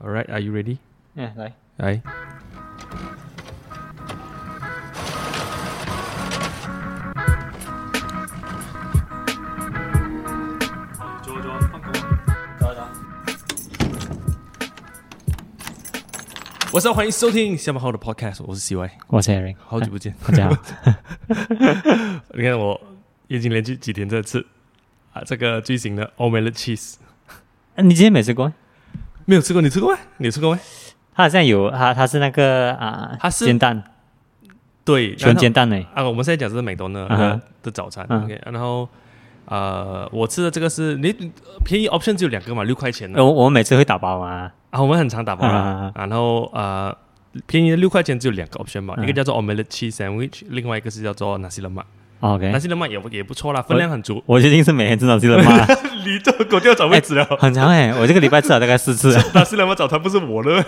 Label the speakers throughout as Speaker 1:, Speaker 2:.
Speaker 1: All right, are you ready?
Speaker 2: 嗯，来，
Speaker 1: 来，
Speaker 2: 做咗翻工，走走。
Speaker 1: 晚上欢迎收听小马浩的 Podcast，我是 CY，
Speaker 2: 我是 Aaron，
Speaker 1: 好久不见。
Speaker 2: 哎大家好。
Speaker 1: 你看我已经连续几天在吃啊，这个最新的 omelette cheese，
Speaker 2: 啊你今天没吃过？
Speaker 1: 没有吃过，你吃过吗？你吃过吗？
Speaker 2: 它好像有，它它是那个啊，
Speaker 1: 它是
Speaker 2: 煎蛋，
Speaker 1: 对，
Speaker 2: 全煎
Speaker 1: 然
Speaker 2: 蛋诶
Speaker 1: 后。啊，我们现在讲的是美东的
Speaker 2: 啊哈
Speaker 1: 的早餐、
Speaker 2: 嗯
Speaker 1: OK，然后呃，我吃的这个是你呃便宜 option 只有两个嘛，六块钱的
Speaker 2: 呃我我们每次会打包嘛，
Speaker 1: 啊，我们很常打包啦、
Speaker 2: 啊
Speaker 1: 啊然后呃，便宜的六块钱只有两个 option 嘛，
Speaker 2: 嗯
Speaker 1: 一个叫做 omelette cheese sandwich，另外一个是叫做 nasi lemak。
Speaker 2: 哦 OK，。
Speaker 1: nasi lemak 也不也不错啦，分量很足
Speaker 2: 我最近是每天吃到这个嘛，
Speaker 1: 你这狗掉找位置了。
Speaker 2: 很长诶，我这个礼拜吃了大概四次。
Speaker 1: nasi lemak 早餐不是我的 咩，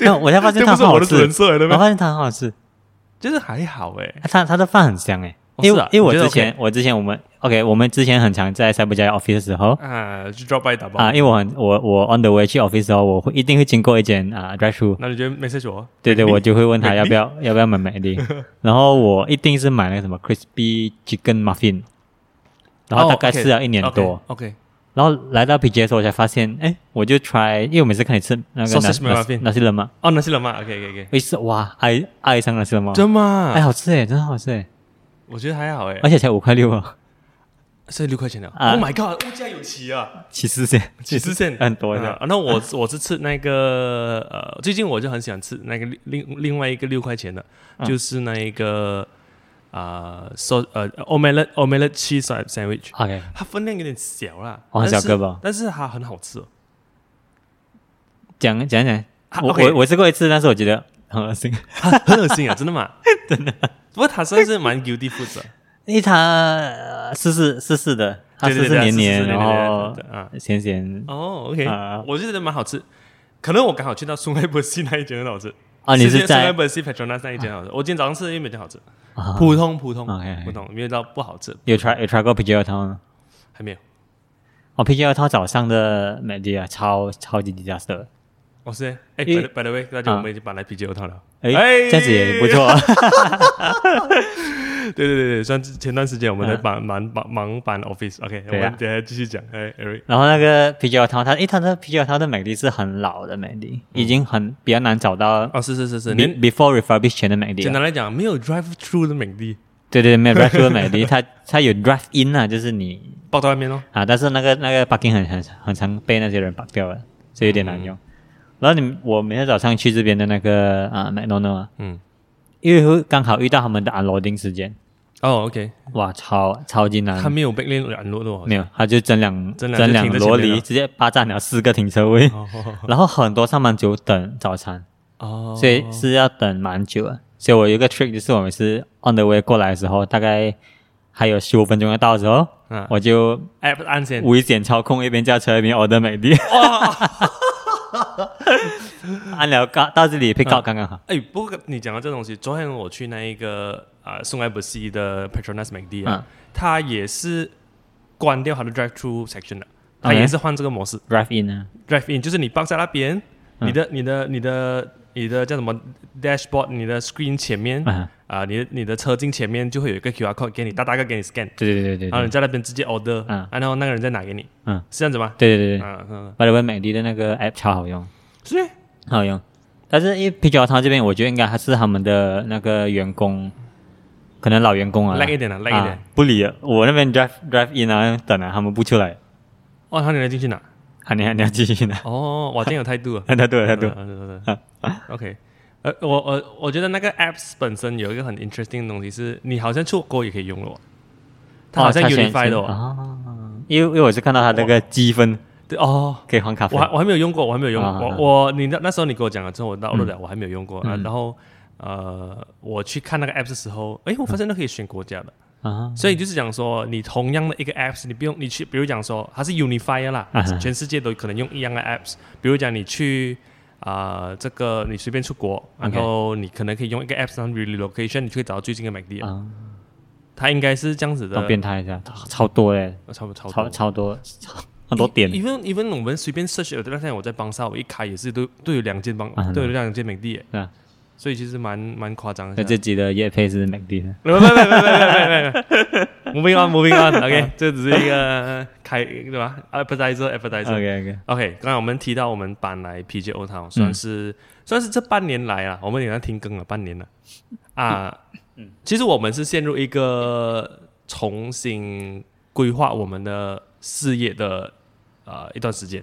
Speaker 2: 那我才发 现
Speaker 1: 这
Speaker 2: 它
Speaker 1: 不是
Speaker 2: 很好
Speaker 1: 我的主
Speaker 2: 吃
Speaker 1: 人，设来的
Speaker 2: 我
Speaker 1: 咩？
Speaker 2: 发现它很好吃，
Speaker 1: 就是还好哎、
Speaker 2: 它它的饭很香诶。
Speaker 1: 哦
Speaker 2: 因
Speaker 1: 是
Speaker 2: 为
Speaker 1: 啊
Speaker 2: 因为我
Speaker 1: 你觉得
Speaker 2: 之前我之前我们 OK，我们之前很常在塞布加 office 的时候
Speaker 1: 啊，去 drop by 打包。
Speaker 2: 啊，因为我很我我 on the way 去 office 的时候，我会一定会经过一间啊 drive through。
Speaker 1: 那你觉得 message 我？
Speaker 2: 对对，
Speaker 1: 你
Speaker 2: 我就会问他
Speaker 1: 美
Speaker 2: 要不要要不要买美的， 然后我一定是买那个什么 crispy chicken muffin，然
Speaker 1: 哦
Speaker 2: 后大概吃了一年多，
Speaker 1: OK，
Speaker 2: 然后来到 PJ 的时候我才发现，哎，我就 try，因为我每次看你吃那个
Speaker 1: Sausage muffin
Speaker 2: 那些人嘛，
Speaker 1: 哦，那些了吗？OK OK OK，
Speaker 2: 一吃哇，爱爱上那些人嘛，
Speaker 1: 真吗
Speaker 2: 哎，？好吃哎，真的好吃哎，
Speaker 1: 我觉得还好哎
Speaker 2: 而，且才五块 六啊，
Speaker 1: 是六块钱的。
Speaker 2: 啊
Speaker 1: Oh my god，物价有奇 啊，
Speaker 2: 起司线，
Speaker 1: 几十线
Speaker 2: 很多的
Speaker 1: 啊。那我我是吃那个呃，最近我就很喜欢吃那个另另外一个六块钱的，
Speaker 2: 嗯
Speaker 1: 就是那一个啊，so 呃 omelette omelette cheese sandwich，
Speaker 2: ，OK，
Speaker 1: 它分量有点小啦，
Speaker 2: 哦哦很小
Speaker 1: 但是
Speaker 2: 个吧
Speaker 1: 但是它很好吃哦。
Speaker 2: 讲讲讲，
Speaker 1: 啊
Speaker 2: 我
Speaker 1: OK
Speaker 2: 我我吃过一次，但是我觉得很恶心，
Speaker 1: 很恶心啊，真的 吗？真的。不过它算是蛮 guilty 啊 food 的，
Speaker 2: 因为它呃湿湿湿湿的，它
Speaker 1: 对对
Speaker 2: 湿湿
Speaker 1: 对
Speaker 2: 黏黏，
Speaker 1: 湿湿
Speaker 2: 然
Speaker 1: 黏
Speaker 2: 后
Speaker 1: 对对对啊
Speaker 2: 咸咸
Speaker 1: 哦，OK，
Speaker 2: 啊
Speaker 1: 我就觉得蛮好吃。可能我刚好去到苏埃博西那一间很好吃
Speaker 2: 啊，你是
Speaker 1: 苏埃
Speaker 2: 在
Speaker 1: 博西 Petronas 那一间好吃。我今天早上吃的又没有好吃，
Speaker 2: 啊
Speaker 1: 普通普通
Speaker 2: OK，OK
Speaker 1: 普通，没有到不好吃，
Speaker 2: 有 try 有 try 过 PG 二套吗？
Speaker 1: 还没有。
Speaker 2: 哦，PG 二套早上的美丽啊，超超级 disaster。
Speaker 1: 我是哎
Speaker 2: 因为
Speaker 1: ，by the- by the way，大家
Speaker 2: 啊
Speaker 1: 我们已经把来啤酒套了。
Speaker 2: 哎，
Speaker 1: 哎
Speaker 2: 这样子也不错 啊。
Speaker 1: 对对对对，算是前段时间我们在
Speaker 2: 啊
Speaker 1: 忙忙忙忙搬 office，OK，我
Speaker 2: 对啊
Speaker 1: 们等一下继续讲。哎，Eric，
Speaker 2: 然后那个 PG 二套，它诶，它的 PG 二套的美丽是很老的美丽，已经很比较难找到
Speaker 1: 嗯哦，是是是是，
Speaker 2: be-
Speaker 1: 连
Speaker 2: before refurbish 前的美丽
Speaker 1: 简
Speaker 2: 啊。
Speaker 1: 单来讲，没有 drive through 的美的，
Speaker 2: 对对，没有 drive through 的美丽，它它有 drive in 啊，就是你
Speaker 1: 抱到外面咯。
Speaker 2: 啊，但是那个那个 parking 很很很常被那些人 park 掉了，所以有点难
Speaker 1: 嗯
Speaker 2: 用。然后你我每天早上去这边的那个啊 McDonald，啊
Speaker 1: 嗯，
Speaker 2: 因为会刚好遇到他们的 unloading 时间，
Speaker 1: 哦，OK，
Speaker 2: 哇，超超级难。
Speaker 1: 他没有 back lane 软弱的哦，
Speaker 2: 嗯没有，他就整两
Speaker 1: 整
Speaker 2: 整
Speaker 1: 两就停在前
Speaker 2: 罗
Speaker 1: 面了
Speaker 2: 里，直接霸占了四个停车位，
Speaker 1: 哦哦
Speaker 2: 然后很多上班族等早餐，
Speaker 1: 哦，
Speaker 2: 所以是要等蛮久的。所以我有一个 trick 就是，我每次 on the way 过来的时候，大概还有十五分钟要到的时候，
Speaker 1: 嗯
Speaker 2: 我就
Speaker 1: app 按先，
Speaker 2: 危险操控，一边叫车一边 order 美的。按了到到这里 pick up 刚刚好。
Speaker 1: 哎，不过你讲到这东西，昨天我去那一个啊宋埃博西的 Petronas McD
Speaker 2: 嗯
Speaker 1: 啊，他也是关掉他的 drive through section 的，他
Speaker 2: OK
Speaker 1: 也是换这个模式
Speaker 2: drive in 啊，
Speaker 1: drive in，就是你放在那边，
Speaker 2: 嗯
Speaker 1: 你的你的你的你的叫什么 dashboard，你的 screen 前面
Speaker 2: 啊，
Speaker 1: 啊，你的你的车镜前面就会有一个 QR code 给你，大大个给你 scan，
Speaker 2: 对对对对
Speaker 1: 然后
Speaker 2: 对
Speaker 1: 你，在那边直接 order，
Speaker 2: 嗯
Speaker 1: 然后那个人再拿给你，
Speaker 2: 嗯，
Speaker 1: 是这样子吗？
Speaker 2: 对对对对。
Speaker 1: 嗯嗯，
Speaker 2: By the way，美的的那个 app 超好用。
Speaker 1: 是咩
Speaker 2: 好用。但是因为啤酒汤这边，我觉得应该还是他们的那个员工，可能老员工啊，
Speaker 1: 烂一点的，烂一点
Speaker 2: 啊。，不理了我那边 drive drive in 啊，等啊，他们不出来，
Speaker 1: 哦，他连进去拿。
Speaker 2: 啊，你还你要继续呢，
Speaker 1: 哦，哇，真有态度啊！
Speaker 2: 他对他对，啊
Speaker 1: 嗯嗯嗯嗯 OK，呃，我我我觉得那个 Apps 本身有一个很 interesting 的东西是，你好像出国也可以用了哦，它好像
Speaker 2: 哦
Speaker 1: Unify 的哦。
Speaker 2: 哦，因为因为我是看到他那个积分
Speaker 1: 对哦，
Speaker 2: 可以换咖啡
Speaker 1: 我还我还没有用过，我还没有用
Speaker 2: 啊啊
Speaker 1: 过。
Speaker 2: 啊
Speaker 1: 我我你那那时候你给我讲了之后，我到
Speaker 2: 嗯
Speaker 1: 了我还没有用过啊。
Speaker 2: 嗯
Speaker 1: 然后呃，我去看那个 Apps 的时候，诶，我发现那可以选国家的，
Speaker 2: 啊，
Speaker 1: 所以就是讲说，你同样的一个 Apps，你不用你去，比如讲说它是 Unify 的啦
Speaker 2: 啊哈，
Speaker 1: 全世界都可能用一样的 Apps，比如讲你去。啊、这个你随便出国，然
Speaker 2: OK
Speaker 1: 后你可能可以用一个 app 上 relocation，你就可以找到最近的 McD 了。
Speaker 2: 啊，
Speaker 1: 它应该是这样子的
Speaker 2: 好，变态一下，超多嘞，
Speaker 1: 呃差不多差不多。
Speaker 2: 超超多，超很多点
Speaker 1: even even 我们随便 search，有的那天我在邦萨，我一开也是都都有两间邦，
Speaker 2: 啊很
Speaker 1: 都有两间美的耶，
Speaker 2: 啊。
Speaker 1: 所以其实蛮蛮夸张
Speaker 2: 那
Speaker 1: 的。
Speaker 2: 这集的夜配是 MACD 的，
Speaker 1: 不不不不不不不不，moving on，moving on，OK，这
Speaker 2: 啊
Speaker 1: 只是一个开对吧？appetizer，appetizer。
Speaker 2: OK OK，
Speaker 1: OK，刚才我们提到我们搬来 PJ O Town，算是、算是这半年来啊，我们也在停更了半年了啊。其实我们是陷入一个重新规划我们的事业的呃一段时间。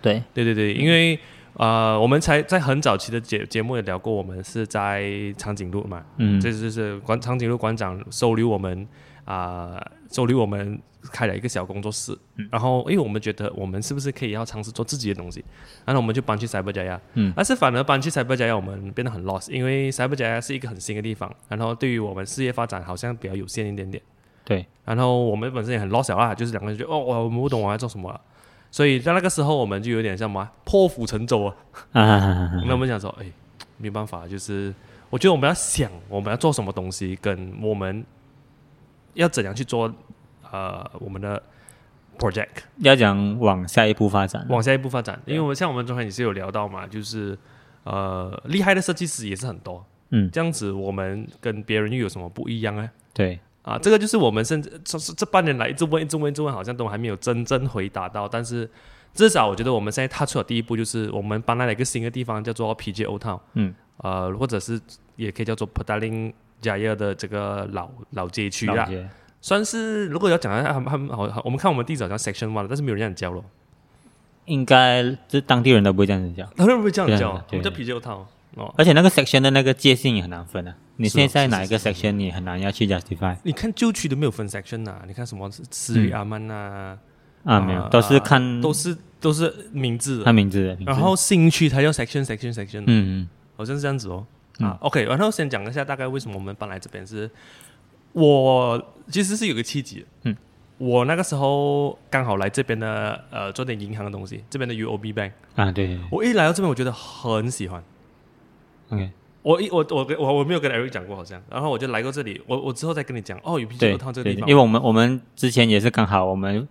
Speaker 2: 对，
Speaker 1: 对对对，因为呃，我们才在很早期的节节目也聊过，我们是在长颈鹿嘛，
Speaker 2: 嗯，
Speaker 1: 这就是馆长颈鹿馆长收留我们啊、收留我们开了一个小工作室。
Speaker 2: 嗯
Speaker 1: 然后，因为我们觉得我们是不是可以要尝试做自己的东西，然后我们就搬去塞伯加亚。
Speaker 2: 嗯，
Speaker 1: 但是反而搬去塞伯加亚，我们变得很 lost，因为塞伯加亚是一个很新的地方，然后对于我们事业发展好像比较有限一点点。
Speaker 2: 对，
Speaker 1: 然后我们本身也很 lost 了啦，就是两个人就哦，我我们不懂我要做什么了。所以在那个时候，我们就有点像什么啊破釜沉舟啊。
Speaker 2: 啊，
Speaker 1: 那我们想说，哎，没办法，就是我觉得我们要想我们要做什么东西，跟我们要怎样去做呃我们的 project
Speaker 2: 要讲往下一步发展，
Speaker 1: 往下一步发展。因为我们像我们昨天也是有聊到嘛，就是呃厉害的设计师也是很多，
Speaker 2: 嗯，
Speaker 1: 这样子我们跟别人又有什么不一样呢？
Speaker 2: 对，
Speaker 1: 啊，这个就是我们甚至这这这半年来一直问、一直问、一直问，好像都还没有真正回答到。但是至少我觉得我们现在踏出了第一步，就是我们搬来了一个新的地方，叫做 PJ O Town，
Speaker 2: 嗯，
Speaker 1: 呃，或者是也可以叫做 p e d a l i n g 加耶的这个老老街区
Speaker 2: 老
Speaker 1: 啦，
Speaker 2: 街
Speaker 1: 算是如果要讲他们他们好好，我们看我们地址好像 Section One 了，但是没有人这样教咯，
Speaker 2: 应该这当地人都不会这样子讲，
Speaker 1: 他们不会这
Speaker 2: 对
Speaker 1: 样
Speaker 2: 啊
Speaker 1: 教，我
Speaker 2: 对
Speaker 1: 们叫 PJ O Town 哦。
Speaker 2: 而且那个 section 的那个界限也很难分啊，你
Speaker 1: 是哦
Speaker 2: 现在在哪一
Speaker 1: 是
Speaker 2: 个 section 你很难要去 justify
Speaker 1: 你看旧区都没有分 section 呐、你看什么思域阿曼呐、
Speaker 2: 啊，没有，都是看
Speaker 1: 都是都是嗯名字的，
Speaker 2: 看名字的，名字
Speaker 1: 然后新区它叫 section section section，、
Speaker 2: 嗯
Speaker 1: 好像是这样子哦。啊，OK，然后先讲一下大概为什么我们搬来这边是，我其实是有个契机，
Speaker 2: 嗯，
Speaker 1: 我那个时候刚好来这边的呃做点银行的东西，这边的 UOB Bank，
Speaker 2: 嗯啊，对对对
Speaker 1: 我一来到这边我觉得很喜欢，
Speaker 2: ，OK，
Speaker 1: 我一我我跟我我没有跟 Eric 讲过好像，然后我就来过这里，我我之后再跟你讲哦，有 P
Speaker 2: 对
Speaker 1: G 套这
Speaker 2: 对，
Speaker 1: 个
Speaker 2: 对
Speaker 1: 地方，
Speaker 2: 因为我们我们之前也是刚好我们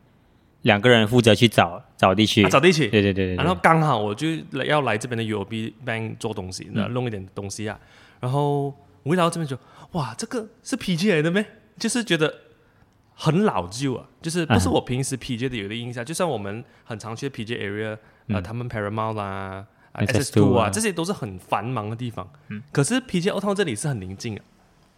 Speaker 2: 两个人负责去找找地区
Speaker 1: 啊，找地区
Speaker 2: 对，对对对，对
Speaker 1: 然后刚好我就来要来这边的 UOB Bank 做东西，那弄一点东西啊。然后我一来到这边就，哇，这个是 PJ 来的咩？就是觉得很老旧啊，就是不是我平时 PJ 的有的印象。就像我们很常去的 PJ area，呃，他们 Paramount 啦、啊、
Speaker 2: SS2
Speaker 1: SS Two 啊，
Speaker 2: 啊
Speaker 1: 这些都是很繁忙的地方。可是 PJ O Town 这里是很宁静啊。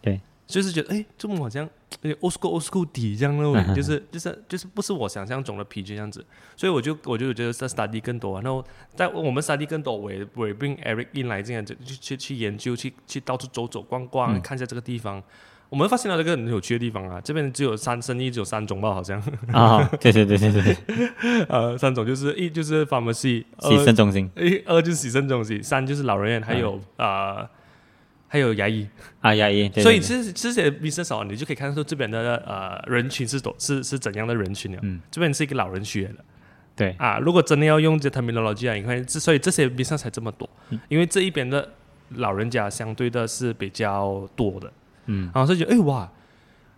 Speaker 2: 对，
Speaker 1: 就是觉得哎，这么好像有点 old school old school 底这样的味，就是就是就是不是我想象中的 PJ 这样子，所以我就我就觉得在 study 更多，啊然后在我们 study 更多，我也我也 bring Eric in 来这样子去去去研究，去去到处走走逛逛，啊看一下这个地方。我们发现了这个很有趣的地方啊，这边只有三生意只有三种吧，好像，
Speaker 2: 啊，对对对 对对，
Speaker 1: 呃，三种就是一就是 pharmacy，
Speaker 2: 洗
Speaker 1: 二
Speaker 2: 肾中心
Speaker 1: 一二就是洗肾中心，三就是老人院，还有呃还有牙医。
Speaker 2: 啊，牙医，对
Speaker 1: 所以
Speaker 2: 对对
Speaker 1: 这这些 business 哦，你就可以看出这边的呃人群是多是是怎样的人群了。
Speaker 2: 嗯，
Speaker 1: 这边是一个老人区来的
Speaker 2: 对
Speaker 1: 啊。如果真的要用这 terminology 啊，你看，之所以这些 business 才这么多，
Speaker 2: 嗯
Speaker 1: 因为这一边的老人家相对的是比较多的。
Speaker 2: 嗯，
Speaker 1: 然后就觉得哎哇，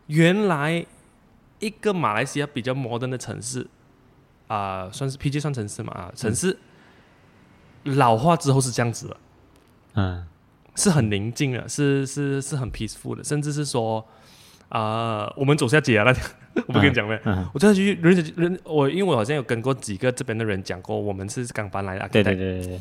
Speaker 1: 原来一个马来西亚比较 modern 的城市啊、算是 PG 算城市嘛啊，城市、老化之后是这样子的。
Speaker 2: 嗯
Speaker 1: 是很宁静的，是是是很 peaceful 的，甚至是说，啊、我们走下街啊，那天我不跟你讲没？
Speaker 2: 嗯，
Speaker 1: 我真的去人人，我因为我好像有跟过几个这边的人讲过，我们是刚搬来的 architect，
Speaker 2: 对对对对对。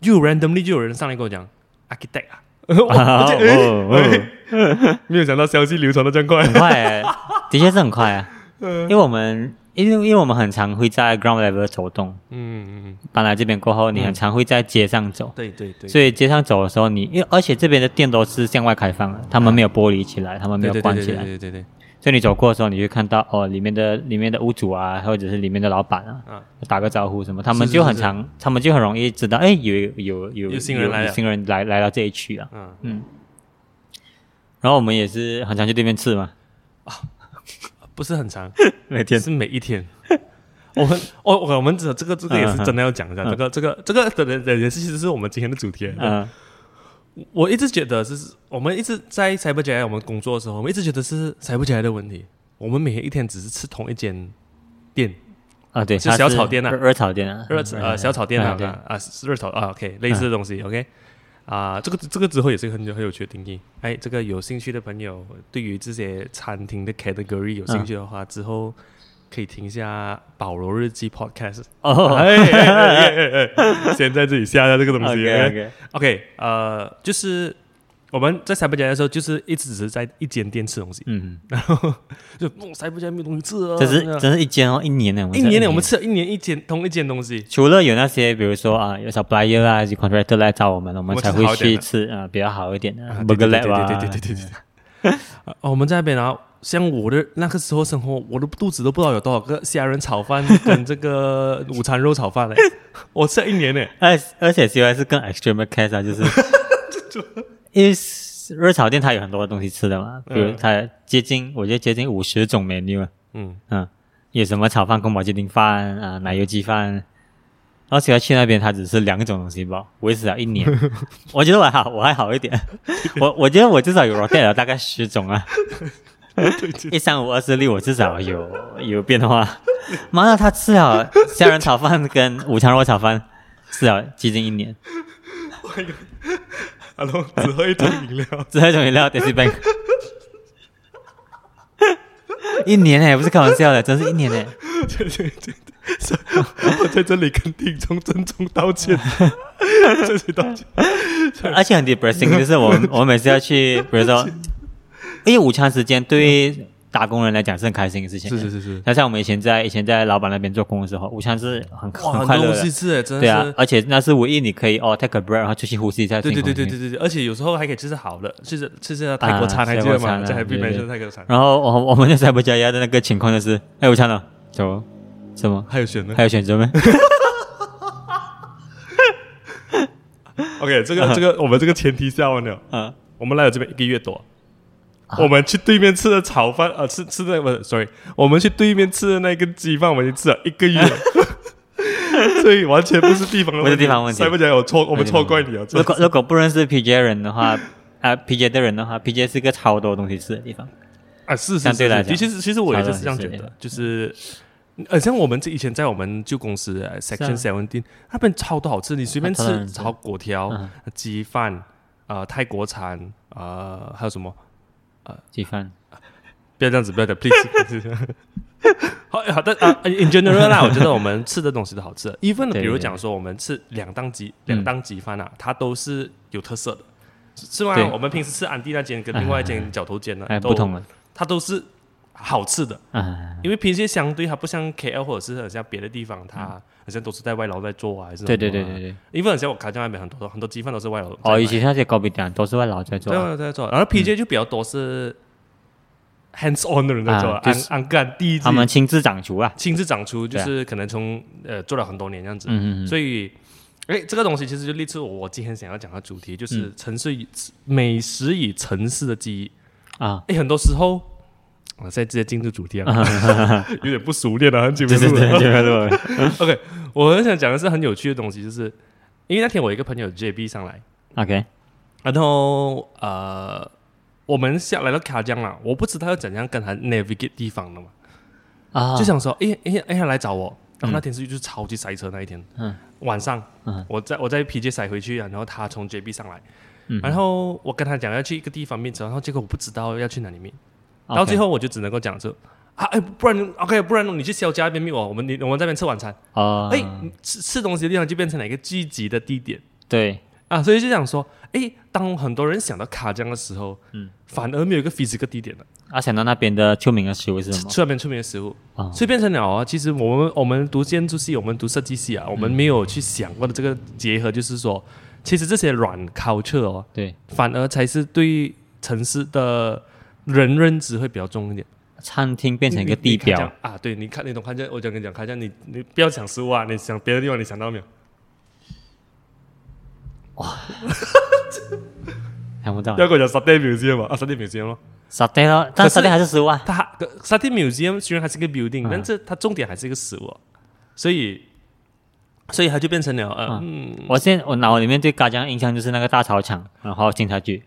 Speaker 1: 就有 randomly 就有人上来跟我讲 architect 啊，
Speaker 2: 啊
Speaker 1: 我就诶
Speaker 2: 哦哦
Speaker 1: 没有想到消息流传的这样快
Speaker 2: 很快欸，的确是很快 啊。
Speaker 1: 嗯
Speaker 2: 因为我们因为因为我们很常会在 ground level 走动，
Speaker 1: 嗯，嗯嗯，
Speaker 2: 搬来这边过后，你
Speaker 1: 嗯
Speaker 2: 很常会在街上走，
Speaker 1: 对对对，
Speaker 2: 所以街上走的时候你，因为而且这边的店都是向外开放的，他们没有玻璃起来，他们没
Speaker 1: 对
Speaker 2: 有
Speaker 1: 对对
Speaker 2: 关
Speaker 1: 对
Speaker 2: 起
Speaker 1: 对
Speaker 2: 来，
Speaker 1: 对对对，
Speaker 2: 所以你走过的时候，你就会看到哦，里面的里面的屋主啊，或者是里面的老板啊。
Speaker 1: 啊，
Speaker 2: 打个招呼什么，他们
Speaker 1: 是是
Speaker 2: 就很
Speaker 1: 是
Speaker 2: 常，他们就很容易知道，哎，有有有
Speaker 1: 有新人来了
Speaker 2: 有新人来来到这一区啊。
Speaker 1: 嗯，
Speaker 2: 然后我们也是很常去对面吃嘛，
Speaker 1: 不是很长，
Speaker 2: 每
Speaker 1: 是每一天。我们我我我们这这个这个也是真的要讲一下，
Speaker 2: 嗯嗯
Speaker 1: 这个这个这个等等等也是其实是我们今天的主题。
Speaker 2: 嗯
Speaker 1: 我一直觉得是，我们一直在 c y b e r j a 我们工作的时候，我们一直觉得是 c y b e r j a 的问题。我们每一天只是吃同一间店，
Speaker 2: 啊，对，
Speaker 1: 就
Speaker 2: 它
Speaker 1: 小草甸啊
Speaker 2: 热热草店啊，
Speaker 1: 热
Speaker 2: 嗯
Speaker 1: 呃小草甸啊
Speaker 2: 对
Speaker 1: 啊是热草啊 OK 类似的东西 OK 啊这个这个之后也是很有很有趣的定义。哎，这个有兴趣的朋友，对于这些餐厅的 category 有兴趣的话，之后可以听一下保罗日记 podcast。
Speaker 2: 哦
Speaker 1: 哎哎哎哎哎，先在这里下一下这个东西。
Speaker 2: ，OK
Speaker 1: OK，,
Speaker 2: OK，
Speaker 1: OK，呃，就是我们在塞班加的时候，就是一直只是在一间店吃东西，
Speaker 2: 嗯，
Speaker 1: 然后就哦塞班加没有东西吃啊，
Speaker 2: 这是
Speaker 1: 这样
Speaker 2: 真是一间哦，一年呢，
Speaker 1: 一年内我们吃了一年一间同一间东西。
Speaker 2: 除了有那些，比如说啊，有 supplier 啊，还是 contractor 来找我们，我们
Speaker 1: 我
Speaker 2: 才
Speaker 1: 吃
Speaker 2: 会
Speaker 1: 好一点
Speaker 2: 去
Speaker 1: 的
Speaker 2: 吃啊、比较好一点的
Speaker 1: 啊
Speaker 2: b u r g e
Speaker 1: 对
Speaker 2: r
Speaker 1: 对
Speaker 2: lab 啊，
Speaker 1: 对对对对对对。 啊哦，我们在那边啊，像我的那个时候生活，我的肚子都不知道有多少个虾仁炒 饭跟这个午餐肉炒饭嘞，我吃了一年呢。
Speaker 2: 而哎而且 CY 是更 extreme case 啊，就是 因为热炒店它有很多东西吃的嘛，比如
Speaker 1: 嗯
Speaker 2: 它接近，我觉得接近五十种 menu 啊，
Speaker 1: 嗯，
Speaker 2: 嗯，有什么炒饭、宫保鸡丁饭啊、奶油鸡饭。然后 CY 去那边，它只是两种东西包，维持了一年。我觉得我还好，我还好一点。我我觉得我至少有 rocket 了大概十种啊。一三五二四六，我至少有有变化。妈的，他吃了虾仁炒饭跟午餐肉炒饭，吃了接近一年，
Speaker 1: 然后只喝一种饮料，
Speaker 2: 只喝一种饮料 d e c i b a n 一年哎、不是开玩笑的，真是一年哎、
Speaker 1: 对对对对，所以我在这里跟听众郑重道 歉，这是道歉。
Speaker 2: 而且很 depressing，就是 我们我们每次要去，比如说，因为午餐时间对打工人来讲是很开心的事情。
Speaker 1: 嗯是是是是，
Speaker 2: 那像我们以前在以前在老板那边做工的时候，午餐是很
Speaker 1: 哇，
Speaker 2: 很
Speaker 1: 很
Speaker 2: 快
Speaker 1: 多
Speaker 2: 乐
Speaker 1: 东
Speaker 2: 的
Speaker 1: 西，吃欸诶，真的
Speaker 2: 对啊
Speaker 1: 是。，
Speaker 2: 而且那是唯一你可以哦 take a break，然后出去呼吸一下
Speaker 1: 对对
Speaker 2: 新空气。
Speaker 1: 对对对对对，而且有时候还可以吃吃好的，吃吃吃吃泰国餐，
Speaker 2: 啊
Speaker 1: 还记得
Speaker 2: 泰国餐
Speaker 1: 吗？
Speaker 2: 啊
Speaker 1: 在 Happy
Speaker 2: 对对
Speaker 1: Mansion 泰国餐，
Speaker 2: 然后我我们在塞伯加亚的那个情况就是，哎，午餐了，走，什么？
Speaker 1: 啊还有选呢
Speaker 2: 还。有 选择吗？
Speaker 1: OK，这个这个我们这个前提下完了。
Speaker 2: 啊，
Speaker 1: 我们来了这边一个月多，我们去对面吃的炒饭，呃，吃吃的不是，sorry，我们去对面吃的那个鸡饭，我们已经吃了一个月， 所以完全不是地方的
Speaker 2: 不
Speaker 1: 问
Speaker 2: 是
Speaker 1: 题，
Speaker 2: 地方问题
Speaker 1: 塞不讲有错，我们错怪你了，
Speaker 2: 如果如果不认识 PJ 人的话，啊，PJ 的人的话，PJ 是一个超多东西吃的地方。
Speaker 1: 啊，是是
Speaker 2: 相
Speaker 1: 是，
Speaker 2: 对来
Speaker 1: 是
Speaker 2: 讲
Speaker 1: 其实其实我也
Speaker 2: 差不
Speaker 1: 就
Speaker 2: 多
Speaker 1: 是这样觉
Speaker 2: 是
Speaker 1: 得，就是。呃，像我们这以前在我们旧公司呃 Section Seventeen，那边超多好吃，你随便
Speaker 2: 啊啊超多
Speaker 1: 吃
Speaker 2: 人吃
Speaker 1: 炒粿条
Speaker 2: 嗯、
Speaker 1: 鸡饭、呃泰国餐、呃还有什么
Speaker 2: 鸡饭，
Speaker 1: 不要这样子，不要这样，please。好好的啊，in general 啦，我觉得我们吃的东西都好吃的。even
Speaker 2: 对嗯
Speaker 1: 比如讲说我们吃两档鸡两档鸡饭啊，它都是有特色的。是是吗
Speaker 2: 对？
Speaker 1: 我们平时吃安迪那间跟另外一间角头间的
Speaker 2: 哎，
Speaker 1: 都
Speaker 2: 不同了
Speaker 1: 它都是好吃的。
Speaker 2: 啊。
Speaker 1: 因为平时相对它不像 KL 或者是很像别的地方，它好像都是在外劳在做啊，还是
Speaker 2: 嗯对对对对对。
Speaker 1: 因为很像我看到外面很多很多鸡饭都是外劳在
Speaker 2: 哦，
Speaker 1: 卖
Speaker 2: 以前那些高比店都是外劳在做
Speaker 1: 对
Speaker 2: 啊，
Speaker 1: 啊，在做。然后 PJ 就比较多是 hands on 的人在做
Speaker 2: 啊
Speaker 1: 啊，
Speaker 2: 就
Speaker 1: 安
Speaker 2: 是
Speaker 1: 安干第一季
Speaker 2: 他们亲自掌厨啊。
Speaker 1: 亲自长出，就
Speaker 2: 对啊
Speaker 1: 是可能从呃做了很多年这样子。
Speaker 2: 嗯嗯嗯，
Speaker 1: 所以，哎，这个东西其实就列出我今天想要讲的主题，就是
Speaker 2: 嗯
Speaker 1: 城市与美食与城市的记忆。
Speaker 2: 啊，
Speaker 1: 哎，很多时候。我现在直接进入主题啊， 有点不熟练了，很久没
Speaker 2: 对对
Speaker 1: 录
Speaker 2: 对
Speaker 1: 了。
Speaker 2: 对 对，
Speaker 1: OK，我很想讲的是很有趣的东西，就是因为那天我有一个朋友 JB 上来，
Speaker 2: OK，
Speaker 1: 然后呃，我们下来到卡江了，我不知道要怎样跟他 navigate 地方了嘛，
Speaker 2: 啊，
Speaker 1: 就想说，哎哎哎，他来找我。然后那天是就是超级塞车那一天，
Speaker 2: 嗯，
Speaker 1: 晚上，
Speaker 2: 嗯
Speaker 1: 我在我在 PJ 塞回去，啊然后他从 JB 上来，
Speaker 2: 嗯
Speaker 1: 然后我跟他讲要去一个地方面试，然后结果我不知道要去哪里面，到最
Speaker 2: 后
Speaker 1: 后我就只能够讲说，啊，哎，不然 OK，不然你去肖家那边面我，我们你我们在那边吃晚餐，
Speaker 2: 哦，
Speaker 1: 哎、吃吃东西的地方就变成了一个聚集的地点，
Speaker 2: 对，
Speaker 1: 啊，所以就想说，诶，当很多人想到卡江的时候，
Speaker 2: 嗯
Speaker 1: 反而没有一个 physical 地点了，
Speaker 2: 啊，想到那边的出名的食物是什么？
Speaker 1: 吃那边出名的食物，
Speaker 2: 啊
Speaker 1: 所以变成了啊，其实我们我们读建筑系，我们读设计系啊，我
Speaker 2: 嗯
Speaker 1: 们没有去想过的这个结合，就是说，其实这些软 culture 哦，
Speaker 2: 对，
Speaker 1: 反而才是对城市的人认知会比较重一点，
Speaker 2: 餐厅变成一个
Speaker 1: 你
Speaker 2: 地
Speaker 1: 你看这
Speaker 2: 标
Speaker 1: 样，啊，对，你看你懂看见，我讲跟你讲，看见你你不要想食物啊，你想别的地方，你想到
Speaker 2: 啊
Speaker 1: 没有？
Speaker 2: 想不到
Speaker 1: 不。要跟我讲 Sunday Museum 嘛，啊，Sunday Museum 咯。
Speaker 2: 沙爹咯，但
Speaker 1: 可是
Speaker 2: 沙爹还是食物啊。
Speaker 1: 它还沙地 museum 虽然还是个 building，、
Speaker 2: 嗯
Speaker 1: 但这它重点还是一个食物，所以所以它就变成了呃、嗯
Speaker 2: 我现在我脑里面对嘎江印象就是那个大草场，然后警察局，